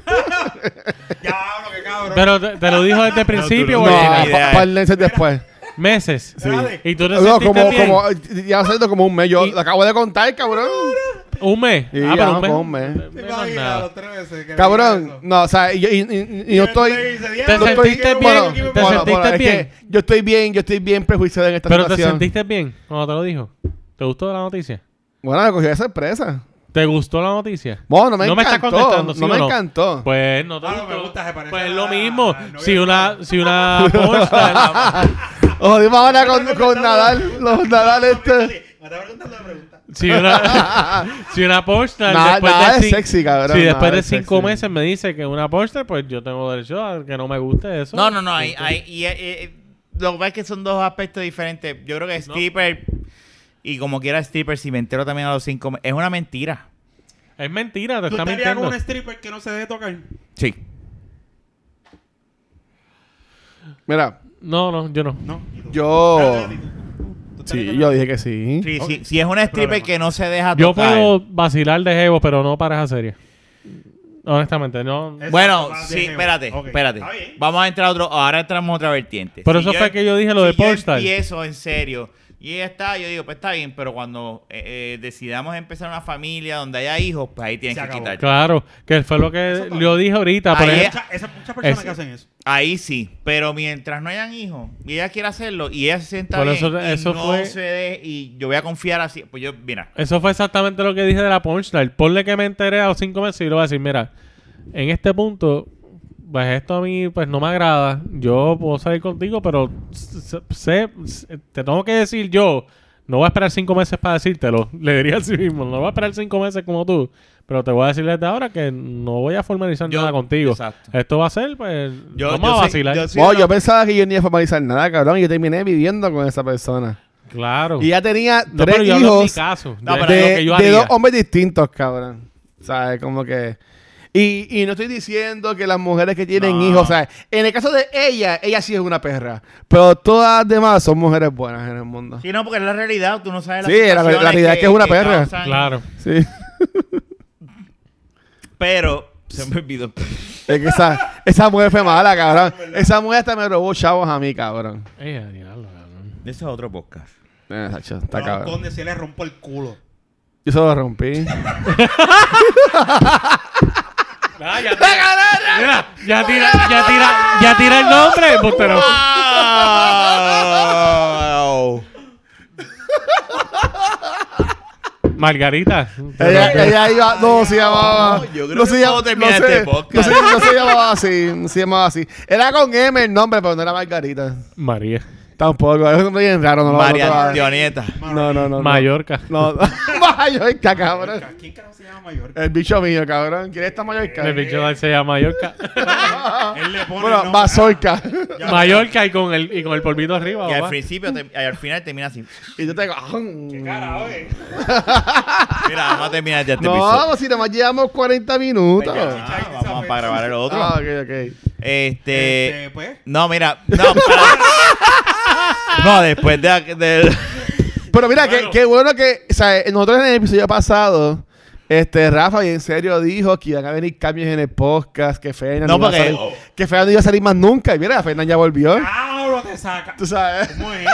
[SPEAKER 3] Ya hablo, que cabrón.
[SPEAKER 4] Pero te, te lo dijo desde el principio
[SPEAKER 2] No,
[SPEAKER 4] o a
[SPEAKER 1] Buena
[SPEAKER 2] pa-
[SPEAKER 4] mitad.
[SPEAKER 1] idea.
[SPEAKER 2] par de meses después.
[SPEAKER 4] Meses.
[SPEAKER 3] Dale.
[SPEAKER 4] Y tú te
[SPEAKER 2] No,
[SPEAKER 4] sentiste
[SPEAKER 2] como,
[SPEAKER 4] bien.
[SPEAKER 2] como, ya ha salido como un mes. Yo
[SPEAKER 4] Y-
[SPEAKER 2] lo acabo de contar, cabrón.
[SPEAKER 4] Un mes.
[SPEAKER 2] Sí,
[SPEAKER 4] ah, pero
[SPEAKER 2] ya,
[SPEAKER 4] un mes.
[SPEAKER 2] con un mes.
[SPEAKER 4] no es
[SPEAKER 3] Imagina,
[SPEAKER 4] nada.
[SPEAKER 3] los tres veces que me
[SPEAKER 2] Cabrón,
[SPEAKER 3] dijo eso.
[SPEAKER 2] no, o sea, y, y- y- y yo estoy.
[SPEAKER 4] ¿Te
[SPEAKER 2] yo estoy-
[SPEAKER 4] sentiste bien?
[SPEAKER 2] bueno,
[SPEAKER 4] ¿Te
[SPEAKER 2] bueno,
[SPEAKER 4] sentiste
[SPEAKER 2] bueno, es que
[SPEAKER 4] bien?
[SPEAKER 2] yo estoy bien, yo estoy bien prejuiciado en esta
[SPEAKER 4] Pero te
[SPEAKER 2] situación.
[SPEAKER 4] sentiste bien cuando te lo dijo. ¿Te gustó la noticia?
[SPEAKER 2] Bueno, me cogió de sorpresa.
[SPEAKER 4] ¿Te gustó la noticia?
[SPEAKER 2] Bueno, no me
[SPEAKER 4] estás
[SPEAKER 2] encantó,
[SPEAKER 4] contestando, ¿sí
[SPEAKER 2] no
[SPEAKER 4] o
[SPEAKER 2] me encantó.
[SPEAKER 4] Pues no te
[SPEAKER 3] Ah, no,
[SPEAKER 4] gustó.
[SPEAKER 3] me gusta, se parece
[SPEAKER 4] Pues
[SPEAKER 3] a
[SPEAKER 4] es
[SPEAKER 3] la-
[SPEAKER 4] lo mismo.
[SPEAKER 3] a la novia
[SPEAKER 4] Si
[SPEAKER 3] de
[SPEAKER 4] una, si una pornstar,
[SPEAKER 2] [laughs] Jodimos ahora con, con Nadal, los Nadal este.
[SPEAKER 3] Me está preguntando la pregunta.
[SPEAKER 4] si una, [laughs] si una pornstar
[SPEAKER 2] Nada-
[SPEAKER 4] después
[SPEAKER 2] nada
[SPEAKER 4] de
[SPEAKER 2] es
[SPEAKER 4] cin-
[SPEAKER 2] sexy, cabrón,
[SPEAKER 4] Si después
[SPEAKER 2] nada
[SPEAKER 4] de
[SPEAKER 2] es
[SPEAKER 4] cinco
[SPEAKER 2] sexy.
[SPEAKER 4] meses me dice que una pornstar, pues yo tengo derecho a que no me guste eso.
[SPEAKER 1] No, no, no. hay- hay- y, eh, eh, lo que pasa es que son dos aspectos diferentes. Yo creo que stripper Y como quiera stripper, si me entero también a los cinco meses. Es una mentira.
[SPEAKER 4] Es mentira, te
[SPEAKER 3] ¿Tú
[SPEAKER 4] está
[SPEAKER 3] estarías con
[SPEAKER 4] mintiendo.
[SPEAKER 3] un stripper que no se deje tocar?
[SPEAKER 1] Sí.
[SPEAKER 2] Mira,
[SPEAKER 4] No, no, yo no.
[SPEAKER 3] No.
[SPEAKER 2] yo.
[SPEAKER 3] ¿Tú estarías
[SPEAKER 2] Sí,
[SPEAKER 3] con-
[SPEAKER 2] yo dije que sí.
[SPEAKER 1] Sí, sí, Si es una stripper
[SPEAKER 3] problema.
[SPEAKER 1] que no se
[SPEAKER 2] Ah,
[SPEAKER 1] deja
[SPEAKER 4] Yo
[SPEAKER 1] tocar.
[SPEAKER 4] puedo vacilar de Evo, pero no pareja seria. Honestamente, no.
[SPEAKER 3] Es-
[SPEAKER 1] Bueno,
[SPEAKER 3] Exacto,
[SPEAKER 1] sí,
[SPEAKER 3] dejemos.
[SPEAKER 1] espérate,
[SPEAKER 3] Ok,
[SPEAKER 1] espérate.
[SPEAKER 3] está bien.
[SPEAKER 1] Vamos a entrar a otro. Ahora entramos a otra vertiente.
[SPEAKER 4] Por
[SPEAKER 1] Si
[SPEAKER 4] eso fue que yo dije lo de
[SPEAKER 1] si yo
[SPEAKER 4] Pornstar.
[SPEAKER 1] empiezo en serio. Y ella está, yo digo, pues está bien, pero cuando eh, eh, decidamos empezar una familia donde haya hijos, pues ahí tienes
[SPEAKER 3] Se
[SPEAKER 1] que
[SPEAKER 3] acabó.
[SPEAKER 1] quitar.
[SPEAKER 4] Claro, que fue lo que
[SPEAKER 3] Eso
[SPEAKER 4] yo dije ahorita. Por
[SPEAKER 1] Ahí
[SPEAKER 4] ejemplo,
[SPEAKER 3] Mucha- Esas muchas personas
[SPEAKER 4] Es-
[SPEAKER 3] que hacen eso.
[SPEAKER 1] Ahí sí, pero mientras no hayan hijos y ella quiere hacerlo y ella se sienta
[SPEAKER 4] Por
[SPEAKER 1] bien
[SPEAKER 4] eso-
[SPEAKER 1] y
[SPEAKER 4] eso
[SPEAKER 1] no
[SPEAKER 4] fue-
[SPEAKER 1] se dé y yo voy a confiar así, pues yo, mira,
[SPEAKER 4] Eso fue exactamente lo que dije de la pornstar. Ponle que me enteré a los cinco meses y le voy a decir, mira, en este punto, pues esto a mí pues no me agrada. Yo puedo salir contigo, pero s- sé, s- te tengo que decir yo, no voy a esperar cinco meses para decírtelo. [laughs] Le diría a sí mismo, no voy a esperar cinco meses como tú, pero te voy a decir desde ahora que no voy a formalizar
[SPEAKER 1] Yo-
[SPEAKER 4] nada contigo.
[SPEAKER 1] exacto.
[SPEAKER 4] Esto va a ser, pues,
[SPEAKER 1] Yo-
[SPEAKER 4] vamos
[SPEAKER 1] yo
[SPEAKER 4] a
[SPEAKER 1] sé-
[SPEAKER 4] vacilar.
[SPEAKER 1] yo sé-
[SPEAKER 2] Wow,
[SPEAKER 1] no.
[SPEAKER 2] yo pensaba que yo ni iba a formalizar nada, cabrón. Y yo terminé viviendo con esa persona.
[SPEAKER 4] Claro.
[SPEAKER 2] Y ya tenía
[SPEAKER 4] no,
[SPEAKER 2] tres
[SPEAKER 4] pero yo hablo en mi
[SPEAKER 2] hijos
[SPEAKER 4] caso.
[SPEAKER 1] No,
[SPEAKER 4] de,
[SPEAKER 1] pero
[SPEAKER 4] de
[SPEAKER 2] de,
[SPEAKER 4] lo que yo
[SPEAKER 2] de
[SPEAKER 4] haría.
[SPEAKER 2] dos hombres distintos, cabrón. ¿Sabes? Como que. Y, y no estoy diciendo que las mujeres que tienen
[SPEAKER 1] No.
[SPEAKER 2] hijos, ¿sabes? En el caso de ella, ella sí es una perra. Pero todas las demás son mujeres buenas en el mundo.
[SPEAKER 1] sí no porque es la realidad, tú no sabes las
[SPEAKER 2] Sí, la- la
[SPEAKER 1] situaciones
[SPEAKER 2] realidad es que es una perra.
[SPEAKER 1] causan-
[SPEAKER 4] Claro.
[SPEAKER 2] Sí.
[SPEAKER 1] Pero se me olvidó.
[SPEAKER 2] Es que esa, esa mujer fue mala, cabrón. Esa mujer hasta me robó chavos a mí, cabrón.
[SPEAKER 4] Ey, a diablo, cabrón.
[SPEAKER 1] Ese es otro podcast.
[SPEAKER 2] Eh, Sacho, está
[SPEAKER 3] Pero
[SPEAKER 2] cabrón.
[SPEAKER 3] donde se le rompo el culo.
[SPEAKER 2] Yo se
[SPEAKER 1] [laughs]
[SPEAKER 2] lo rompí.
[SPEAKER 4] Ah, ya
[SPEAKER 1] ¡Eh,
[SPEAKER 4] tira, Mira, ya tira, ya tira, ya tira el nombre, pues, embustero.
[SPEAKER 1] Wow.
[SPEAKER 4] Margarita.
[SPEAKER 2] ella, ella iba, no se llamaba.
[SPEAKER 1] no, yo creo
[SPEAKER 2] no
[SPEAKER 1] que
[SPEAKER 2] se llamaba.
[SPEAKER 1] puedo terminar
[SPEAKER 2] no sé,
[SPEAKER 1] este podcast.
[SPEAKER 2] no sé- no se llamaba así. No se llamaba así. Era con M el nombre, pero no era Margarita.
[SPEAKER 4] María.
[SPEAKER 2] Tampoco. Es un nombre bien raro. No lo no te
[SPEAKER 1] María
[SPEAKER 2] va a-
[SPEAKER 1] Antonieta.
[SPEAKER 2] No, no, no.
[SPEAKER 4] Mallorca.
[SPEAKER 2] No, [laughs] no. Mallorca, cabrón.
[SPEAKER 3] ¿Quién carajo se llama Mallorca?
[SPEAKER 2] El bicho mío, cabrón. ¿Quién está Mallorca?
[SPEAKER 4] El bicho se
[SPEAKER 2] [laughs]
[SPEAKER 4] llama Mallorca.
[SPEAKER 3] Él le pone
[SPEAKER 2] Bueno,
[SPEAKER 3] el nombre.
[SPEAKER 2] Mazorca.
[SPEAKER 3] Ya.
[SPEAKER 4] Mallorca y con el, y con el polvito arriba.
[SPEAKER 1] Que al
[SPEAKER 4] papá.
[SPEAKER 1] principio te- al final termina así.
[SPEAKER 2] [laughs] y yo te digo.
[SPEAKER 3] Ah, carajo, eh.
[SPEAKER 1] Mira, vamos a terminar ya este episodio.
[SPEAKER 2] No, si nada más llevamos 40 minutos.
[SPEAKER 1] Ah, vamos a- para grabar el otro.
[SPEAKER 2] Ah, ok, ok.
[SPEAKER 1] Este,
[SPEAKER 2] Eh,
[SPEAKER 3] Este, pues.
[SPEAKER 1] no, mira, no, para- no, después de, de-
[SPEAKER 2] Pero mira, que-
[SPEAKER 4] Bueno.
[SPEAKER 2] qué bueno que. O sea, eh, nosotros en el episodio pasado. Este, Rafa, y en serio dijo que iban a venir cambios en el podcast, que Fernan
[SPEAKER 1] No,
[SPEAKER 2] iba a
[SPEAKER 1] porque- Ah.
[SPEAKER 2] salir- que Fernan no iba a salir más nunca. Y mira, Fernan ya volvió.
[SPEAKER 3] Cabrón, te saca.
[SPEAKER 2] Tú sabes.
[SPEAKER 3] ¿Cómo es?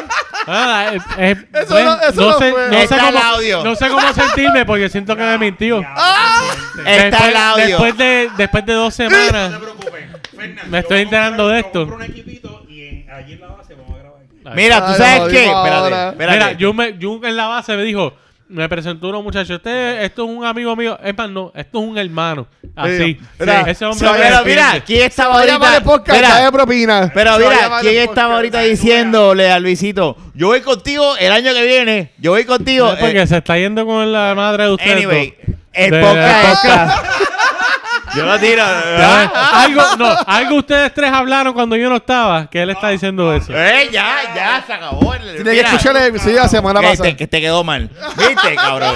[SPEAKER 4] Ah, eh, eh,
[SPEAKER 2] Eso
[SPEAKER 4] ven,
[SPEAKER 2] no- eso no
[SPEAKER 4] sé,
[SPEAKER 2] fue.
[SPEAKER 4] sé
[SPEAKER 1] Está
[SPEAKER 4] cómo,
[SPEAKER 1] el audio.
[SPEAKER 4] no sé cómo sentirme porque siento que me mintió.
[SPEAKER 3] Ya,
[SPEAKER 2] Ah.
[SPEAKER 1] Eh,
[SPEAKER 3] presidente.
[SPEAKER 1] Está el audio.
[SPEAKER 4] Después de, después de dos
[SPEAKER 3] No te
[SPEAKER 4] semanas.
[SPEAKER 3] preocupes. Fernan,
[SPEAKER 4] Me
[SPEAKER 3] yo
[SPEAKER 4] estoy
[SPEAKER 3] voy a
[SPEAKER 4] enterando
[SPEAKER 3] comprar-
[SPEAKER 4] de
[SPEAKER 3] yo
[SPEAKER 4] esto.
[SPEAKER 3] compro un equipito y en- allí en la base vamos a grabar.
[SPEAKER 1] [laughs] Mira,
[SPEAKER 2] Ay,
[SPEAKER 1] ¿tú sabes
[SPEAKER 2] jodimos
[SPEAKER 1] qué?
[SPEAKER 2] ahora.
[SPEAKER 1] Espérate, espérate.
[SPEAKER 4] Mira, yo me, yo en la base me dijo, me presentó uno muchacho, este, esto es un amigo mío, es más, no, esto es un hermano. Así.
[SPEAKER 2] Sí, mira,
[SPEAKER 4] ese
[SPEAKER 1] Sí,
[SPEAKER 4] hombre. me
[SPEAKER 1] pero mira,
[SPEAKER 4] defiende.
[SPEAKER 1] ¿quién estaba
[SPEAKER 2] Voy a llamar
[SPEAKER 1] ahorita?
[SPEAKER 2] el podcast,
[SPEAKER 1] Mira,
[SPEAKER 2] trae propina.
[SPEAKER 1] pero
[SPEAKER 2] Voy a
[SPEAKER 1] mira,
[SPEAKER 2] llamar el
[SPEAKER 1] ¿quién
[SPEAKER 2] podcast.
[SPEAKER 1] estaba ahorita
[SPEAKER 3] Ay, tú
[SPEAKER 1] diciéndole a Luisito? Yo voy contigo el año que viene. Yo voy contigo.
[SPEAKER 4] No, porque
[SPEAKER 1] Eh,
[SPEAKER 4] se está yendo con la madre de ustedes.
[SPEAKER 1] anyway,
[SPEAKER 4] dos.
[SPEAKER 1] el
[SPEAKER 4] De-
[SPEAKER 1] podcast.
[SPEAKER 4] del
[SPEAKER 1] [laughs] yo lo tiro.
[SPEAKER 4] Ya,
[SPEAKER 1] ¿verdad?
[SPEAKER 4] ¿Ah? Algo, no, algo ustedes tres hablaron cuando yo no estaba, que él está diciendo eso.
[SPEAKER 1] Eh, ya, ya, se acabó. el-
[SPEAKER 2] Tienes que
[SPEAKER 1] mira.
[SPEAKER 2] escuchar el episodio de la semana
[SPEAKER 1] Que
[SPEAKER 2] pasada.
[SPEAKER 1] te, que te quedó mal. ¿Viste, cabrón?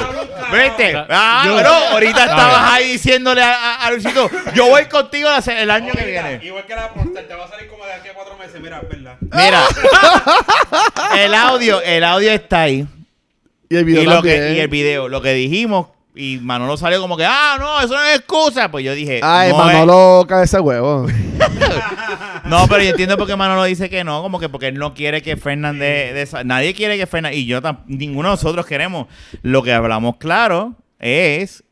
[SPEAKER 1] ¿Viste?
[SPEAKER 4] Yo-
[SPEAKER 1] Ah,
[SPEAKER 4] yo-
[SPEAKER 1] bueno, ahorita
[SPEAKER 4] A ver.
[SPEAKER 1] estabas ahí diciéndole a, a- a Luisito, yo voy contigo la se- el año que
[SPEAKER 3] Ahorita,
[SPEAKER 1] viene.
[SPEAKER 3] Igual que la portal, te va a salir como de aquí a cuatro meses. Mira, es verdad.
[SPEAKER 2] [laughs]
[SPEAKER 1] Mira, el audio, el audio está ahí.
[SPEAKER 2] Y el video
[SPEAKER 1] Y, lo que,
[SPEAKER 2] también.
[SPEAKER 1] y el video, lo que dijimos, y Manolo salió como que, ah, no, eso no es excusa. Pues yo dije,
[SPEAKER 2] Ay,
[SPEAKER 1] no,
[SPEAKER 2] Manolo, cabeza de huevo.
[SPEAKER 1] es- no, pero yo entiendo por qué Manolo dice que no, como que porque él no quiere que Fernández, nadie quiere que Fernández, y yo tam- ninguno de nosotros queremos. Lo que hablamos claro es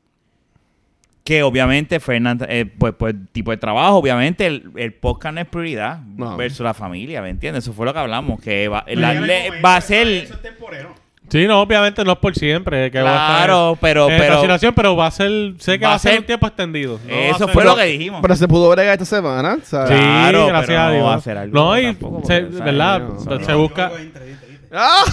[SPEAKER 1] que obviamente Fernández, pues, pues tipo de trabajo, obviamente el, el podcast no es prioridad
[SPEAKER 2] No.
[SPEAKER 1] versus la familia, ¿me entiendes? Eso fue lo que hablamos, que va, la-
[SPEAKER 3] Pero
[SPEAKER 1] le-
[SPEAKER 3] en el
[SPEAKER 1] va a
[SPEAKER 3] momento,
[SPEAKER 1] ser...
[SPEAKER 3] Eso es temporero.
[SPEAKER 4] Sí, no, obviamente no es por siempre. Que va a estar
[SPEAKER 1] Claro, pero-
[SPEAKER 4] en esta
[SPEAKER 1] pero-
[SPEAKER 4] situación, pero va a ser, sé que va,
[SPEAKER 1] Va
[SPEAKER 4] a
[SPEAKER 1] a
[SPEAKER 4] ser
[SPEAKER 1] ser-
[SPEAKER 4] un tiempo extendido. No va a
[SPEAKER 1] Eso
[SPEAKER 4] ser-
[SPEAKER 1] fue lo que dijimos.
[SPEAKER 2] Pero se pudo bregar esta semana, ¿sabes?
[SPEAKER 4] Sí,
[SPEAKER 1] Claro,
[SPEAKER 4] gracias
[SPEAKER 1] pero
[SPEAKER 4] a
[SPEAKER 1] no
[SPEAKER 4] Dios.
[SPEAKER 1] va a ser algo
[SPEAKER 4] no, y
[SPEAKER 1] tampoco,
[SPEAKER 4] se-
[SPEAKER 1] porque, o sea,
[SPEAKER 4] ¿verdad?
[SPEAKER 2] no,
[SPEAKER 4] se
[SPEAKER 2] no.
[SPEAKER 4] busca.
[SPEAKER 3] Yo digo, entre, entre, entre.
[SPEAKER 2] ¡Ah!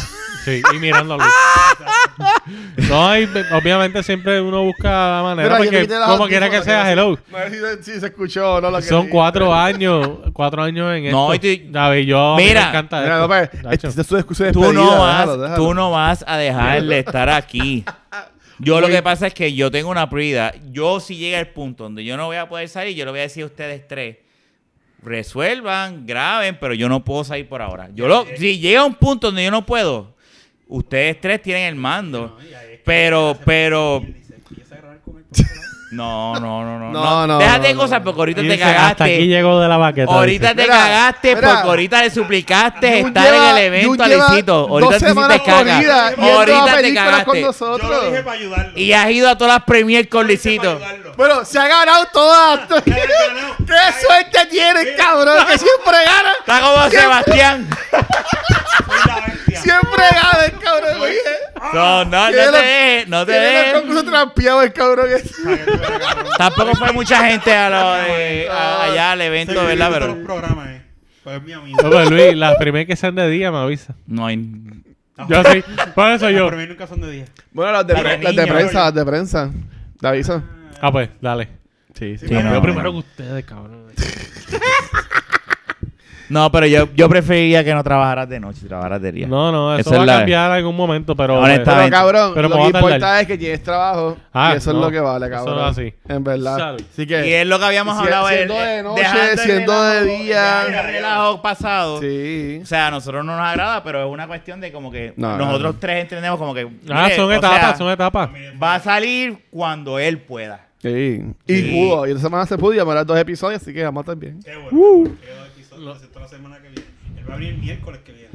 [SPEAKER 4] Sí, y mirando a Luis.
[SPEAKER 1] [laughs]
[SPEAKER 4] no, hay, obviamente siempre uno busca la manera
[SPEAKER 2] Mira, yo
[SPEAKER 4] porque
[SPEAKER 2] te quité los
[SPEAKER 4] como quiera que
[SPEAKER 2] audífonos,
[SPEAKER 4] sea,
[SPEAKER 2] que
[SPEAKER 4] hello.
[SPEAKER 2] No sé si se- si se escuchó o no lo que
[SPEAKER 4] Son
[SPEAKER 2] dije.
[SPEAKER 4] cuatro años, cuatro años en esto.
[SPEAKER 1] No,
[SPEAKER 4] No,
[SPEAKER 1] y tú-
[SPEAKER 4] yo a mí
[SPEAKER 1] Mira.
[SPEAKER 4] me encanta
[SPEAKER 2] Mira, pues, este,
[SPEAKER 4] esto,
[SPEAKER 2] López,
[SPEAKER 4] Nacho.
[SPEAKER 2] esta es su discusión
[SPEAKER 1] Tú
[SPEAKER 2] despedida,
[SPEAKER 1] no, vas,
[SPEAKER 2] déjalo, déjalo.
[SPEAKER 1] tú no vas a dejarle estar aquí.
[SPEAKER 2] [laughs]
[SPEAKER 1] Yo lo
[SPEAKER 2] Muy-
[SPEAKER 1] que pasa es que yo tengo una prioridad. Yo si llega el punto donde yo no voy a poder salir, yo le voy a decir a ustedes tres, resuelvan, graben, pero yo no puedo salir por ahora. Yo lo, si llega un punto donde yo no puedo, ustedes tres tienen el mando. Pero, pero,
[SPEAKER 3] Y se empieza a grabar con el [laughs] control.
[SPEAKER 1] no, no, no, no. no.
[SPEAKER 2] No, no,
[SPEAKER 1] Déjate
[SPEAKER 2] no, no,
[SPEAKER 1] cosas
[SPEAKER 2] no.
[SPEAKER 1] porque ahorita
[SPEAKER 4] Y
[SPEAKER 1] te
[SPEAKER 4] dice, Hasta aquí
[SPEAKER 1] cagaste.
[SPEAKER 4] llegó de la baqueta. [laughs]
[SPEAKER 1] Ahorita
[SPEAKER 4] dice.
[SPEAKER 1] te
[SPEAKER 2] Mira,
[SPEAKER 1] cagaste
[SPEAKER 2] mira.
[SPEAKER 1] porque ahorita le suplicaste
[SPEAKER 2] Jun
[SPEAKER 1] estar
[SPEAKER 2] lleva-
[SPEAKER 1] en el evento
[SPEAKER 2] Jun
[SPEAKER 1] a
[SPEAKER 2] lleva
[SPEAKER 1] Luisito.
[SPEAKER 2] dos
[SPEAKER 1] Ahorita te
[SPEAKER 2] semanas
[SPEAKER 1] hiciste caga.
[SPEAKER 2] corridas yendo a
[SPEAKER 1] Ahorita te
[SPEAKER 2] películas con
[SPEAKER 1] cagaste.
[SPEAKER 3] Yo lo dije
[SPEAKER 2] nosotros.
[SPEAKER 3] para ayudarlo.
[SPEAKER 1] y has ido a todas las premiers con
[SPEAKER 3] Yo lo hice para
[SPEAKER 1] Luisito.
[SPEAKER 3] ayudarlo.
[SPEAKER 2] Bueno, se ha ganado todas.
[SPEAKER 3] [laughs] Ya le he ganado. Ay,
[SPEAKER 2] ¡Qué suerte tienes,
[SPEAKER 3] Mira.
[SPEAKER 2] cabrón! ¡Que siempre gana!
[SPEAKER 1] Está como Sebastián.
[SPEAKER 3] soy la bestia. Ah.
[SPEAKER 2] ¡Siempre gana el cabrón! Oye,
[SPEAKER 1] No, no, no te
[SPEAKER 2] Tiene los-
[SPEAKER 1] dejes, no te
[SPEAKER 2] tiene los
[SPEAKER 1] dejes.
[SPEAKER 2] concursos trampeado el cabrón. ese.
[SPEAKER 3] Ay, yo era cabrón.
[SPEAKER 1] Tampoco fue mucha gente a lo de- a- allá al evento,
[SPEAKER 3] Estoy
[SPEAKER 1] ¿verdad?
[SPEAKER 3] viviendo
[SPEAKER 1] Pero
[SPEAKER 3] los programas, eh. Pues es mi amigo.
[SPEAKER 4] No, pero Luis, las primeras que sean de día me avisa.
[SPEAKER 1] no hay.
[SPEAKER 4] Yo sí, por eso yo.
[SPEAKER 3] Pero a mí nunca son de día.
[SPEAKER 2] Bueno, las de,
[SPEAKER 1] Para
[SPEAKER 2] pre- las de
[SPEAKER 1] niños,
[SPEAKER 2] prensa,
[SPEAKER 1] oye.
[SPEAKER 2] las de prensa. Te aviso.
[SPEAKER 4] Ah, pues, dale.
[SPEAKER 2] Sí, sí.
[SPEAKER 1] Sí, no,
[SPEAKER 4] yo
[SPEAKER 1] no.
[SPEAKER 4] primero que ustedes, cabrón.
[SPEAKER 1] No, pero yo, yo preferiría que no trabajaras de noche, trabajaras de día.
[SPEAKER 4] No, no, eso
[SPEAKER 1] Esa
[SPEAKER 4] va
[SPEAKER 1] es
[SPEAKER 4] a
[SPEAKER 1] la-
[SPEAKER 4] cambiar en algún momento, pero. eh,
[SPEAKER 1] Honestamente.
[SPEAKER 2] Pero cabrón,
[SPEAKER 4] Pero me
[SPEAKER 2] lo
[SPEAKER 4] voy
[SPEAKER 2] que
[SPEAKER 4] a tardar.
[SPEAKER 2] importa es que tienes trabajo.
[SPEAKER 4] Ah,
[SPEAKER 2] y eso
[SPEAKER 4] no.
[SPEAKER 2] es lo que vale,
[SPEAKER 4] Eso
[SPEAKER 2] cabrón.
[SPEAKER 4] es así.
[SPEAKER 2] En verdad.
[SPEAKER 4] Salud.
[SPEAKER 2] Así
[SPEAKER 1] Y
[SPEAKER 2] que.
[SPEAKER 1] es lo que habíamos
[SPEAKER 2] Si-
[SPEAKER 1] hablado.
[SPEAKER 2] siendo
[SPEAKER 1] el-
[SPEAKER 2] de noche,
[SPEAKER 1] dejando el
[SPEAKER 2] siendo de día.
[SPEAKER 1] dejando el relajo pasado.
[SPEAKER 2] Sí.
[SPEAKER 1] O sea, a nosotros no nos agrada, pero es una cuestión de como que
[SPEAKER 2] No, no,
[SPEAKER 1] nosotros
[SPEAKER 2] no.
[SPEAKER 1] tres entendemos como que.
[SPEAKER 4] Ah,
[SPEAKER 1] mire,
[SPEAKER 4] son
[SPEAKER 1] o
[SPEAKER 4] etapas,
[SPEAKER 1] sea,
[SPEAKER 4] son etapas.
[SPEAKER 1] Va a salir cuando él pueda.
[SPEAKER 2] Sí. Y
[SPEAKER 1] Sí.
[SPEAKER 2] pudo. Y esta semana se pudo y llamar a dos episodios, así que vamos a estar bien.
[SPEAKER 3] Qué bueno. Porque yo aquí solo-
[SPEAKER 4] Uh. Lo-
[SPEAKER 3] hace toda la semana que viene. Él va a abrir el miércoles que viene.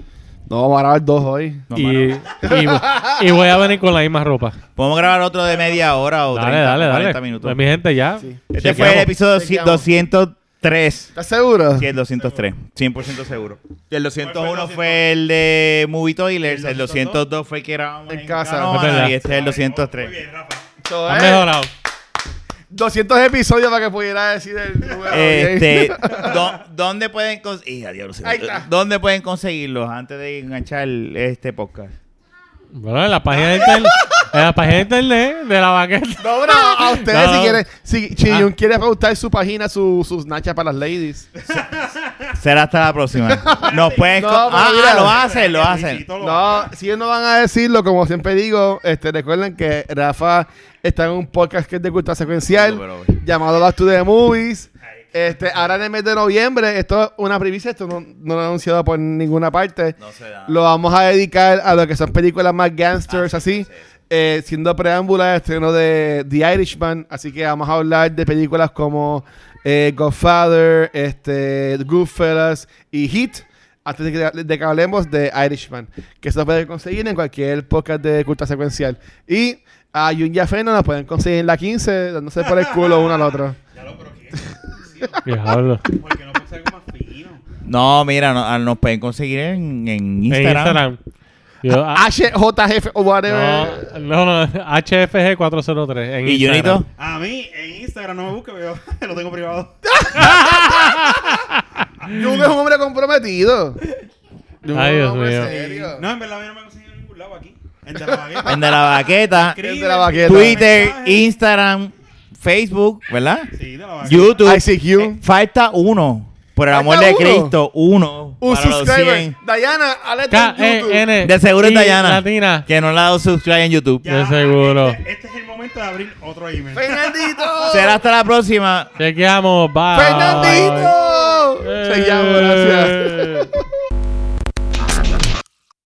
[SPEAKER 2] No, vamos a grabar dos hoy.
[SPEAKER 1] No,
[SPEAKER 4] Y,
[SPEAKER 1] mano.
[SPEAKER 4] y- y voy a venir con la misma ropa.
[SPEAKER 1] Podemos grabar otro de media hora o
[SPEAKER 4] Dale,
[SPEAKER 1] 30,
[SPEAKER 4] dale, dale.
[SPEAKER 1] 40 minutos.
[SPEAKER 4] Pues, mi gente, ya.
[SPEAKER 2] Sí.
[SPEAKER 1] Este
[SPEAKER 4] Chequeamos.
[SPEAKER 1] fue el episodio
[SPEAKER 2] Chequeamos.
[SPEAKER 1] 203.
[SPEAKER 2] ¿Estás seguro?
[SPEAKER 1] Sí, el 203. 100% seguro. El 201
[SPEAKER 3] 201?
[SPEAKER 1] fue el de Movie Toilers. El 202 fue el que grabamos
[SPEAKER 2] En
[SPEAKER 1] en,
[SPEAKER 2] casa.
[SPEAKER 1] casa.
[SPEAKER 4] Es verdad.
[SPEAKER 1] y este es el
[SPEAKER 3] Muy
[SPEAKER 1] 203.
[SPEAKER 3] bien, Rafa.
[SPEAKER 2] Eso
[SPEAKER 4] Ha
[SPEAKER 2] es.
[SPEAKER 4] mejorado.
[SPEAKER 2] 200 episodios para que pudiera decir el número.
[SPEAKER 1] Este,
[SPEAKER 2] [laughs] bien.
[SPEAKER 1] [laughs] ¿dó- ¿Dónde pueden conseguirlos?
[SPEAKER 2] Ahí está.
[SPEAKER 1] ¿Dónde pueden conseguirlos antes de enganchar este podcast?
[SPEAKER 4] Bueno, en la página de internet. En la página de internet de la baqueta.
[SPEAKER 2] No, pero a ustedes
[SPEAKER 4] No,
[SPEAKER 2] si
[SPEAKER 4] no.
[SPEAKER 2] quieren, si Chiyun
[SPEAKER 4] Ah.
[SPEAKER 2] quiere preguntar su página, su, sus nachas para las ladies.
[SPEAKER 1] Será hasta la próxima.
[SPEAKER 2] [laughs]
[SPEAKER 1] Nos pueden
[SPEAKER 2] No,
[SPEAKER 1] con-
[SPEAKER 2] pero
[SPEAKER 1] ah,
[SPEAKER 2] mira.
[SPEAKER 1] lo hacen, lo hacen.
[SPEAKER 3] Luisito lo
[SPEAKER 2] No, si ellos no van a decirlo, como siempre digo, este, recuerden que Rafa está en un podcast que es de cultura secuencial,
[SPEAKER 1] No, pero-
[SPEAKER 2] llamado Back to the Movies. Este, ahora en el mes de noviembre, esto es una primicia, esto no, no lo he anunciado por ninguna parte.
[SPEAKER 1] No se da.
[SPEAKER 2] Lo vamos a dedicar a lo que son películas más gangsters, así, eh, siendo preámbula al estreno de The Irishman. Así que vamos a hablar de películas como eh, Godfather, este, Goodfellas y Heat. Antes de que, de que hablemos de Irishman, que se lo pueden conseguir en cualquier podcast de culta secuencial. Y a Jun y a Fena nos pueden conseguir en la 15, dándose por el culo uno al otro.
[SPEAKER 3] Ya lo pero qué.
[SPEAKER 4] Diablo.
[SPEAKER 3] Porque no puse algo más fino.
[SPEAKER 1] No, mira, no- ah, nos pueden conseguir en, en
[SPEAKER 4] En
[SPEAKER 1] Instagram.
[SPEAKER 4] Instagram. Yo, ah,
[SPEAKER 2] HJF o whatever.
[SPEAKER 4] no, no, no, HFG403. En
[SPEAKER 1] eh. ¿Y
[SPEAKER 4] Instagram.
[SPEAKER 1] Junito?
[SPEAKER 3] A mí en Instagram no me busque, pero yo [laughs] lo tengo privado.
[SPEAKER 2] Jun es un hombre comprometido. Jun es un
[SPEAKER 4] Ay, Dios
[SPEAKER 2] hombre
[SPEAKER 4] mío.
[SPEAKER 2] serio.
[SPEAKER 3] No, en verdad a mí no me he conseguido en ningún lado aquí. En De La Bagueta.
[SPEAKER 1] En De La
[SPEAKER 2] [laughs]
[SPEAKER 1] Baqueta,
[SPEAKER 3] Escribe,
[SPEAKER 2] En De La Bagueta.
[SPEAKER 1] Twitter,
[SPEAKER 3] mensaje.
[SPEAKER 1] Instagram, Facebook, ¿verdad?
[SPEAKER 3] Sí, De La Bagueta.
[SPEAKER 1] YouTube.
[SPEAKER 2] ICQ.
[SPEAKER 1] Eh, Falta uno. Por el
[SPEAKER 2] Falta
[SPEAKER 1] amor de
[SPEAKER 2] uno.
[SPEAKER 1] Cristo, uno.
[SPEAKER 2] Un
[SPEAKER 1] para los eh,
[SPEAKER 2] subscriber.
[SPEAKER 1] 100.
[SPEAKER 2] Dayana, alerta en YouTube.
[SPEAKER 4] K-E-N.
[SPEAKER 1] De seguro es
[SPEAKER 4] E, I
[SPEAKER 1] Dayana.
[SPEAKER 4] Latina.
[SPEAKER 1] Que no le ha dado subscribe en YouTube.
[SPEAKER 4] De seguro.
[SPEAKER 3] Este, este es el momento de abrir otro email.
[SPEAKER 2] ¡Fernandito!
[SPEAKER 1] Será hasta la próxima.
[SPEAKER 4] Chequeamos. Bye. Eh.
[SPEAKER 2] ¡Fernandito! Seguimos, gracias.
[SPEAKER 1] Eh.
[SPEAKER 4] gracias.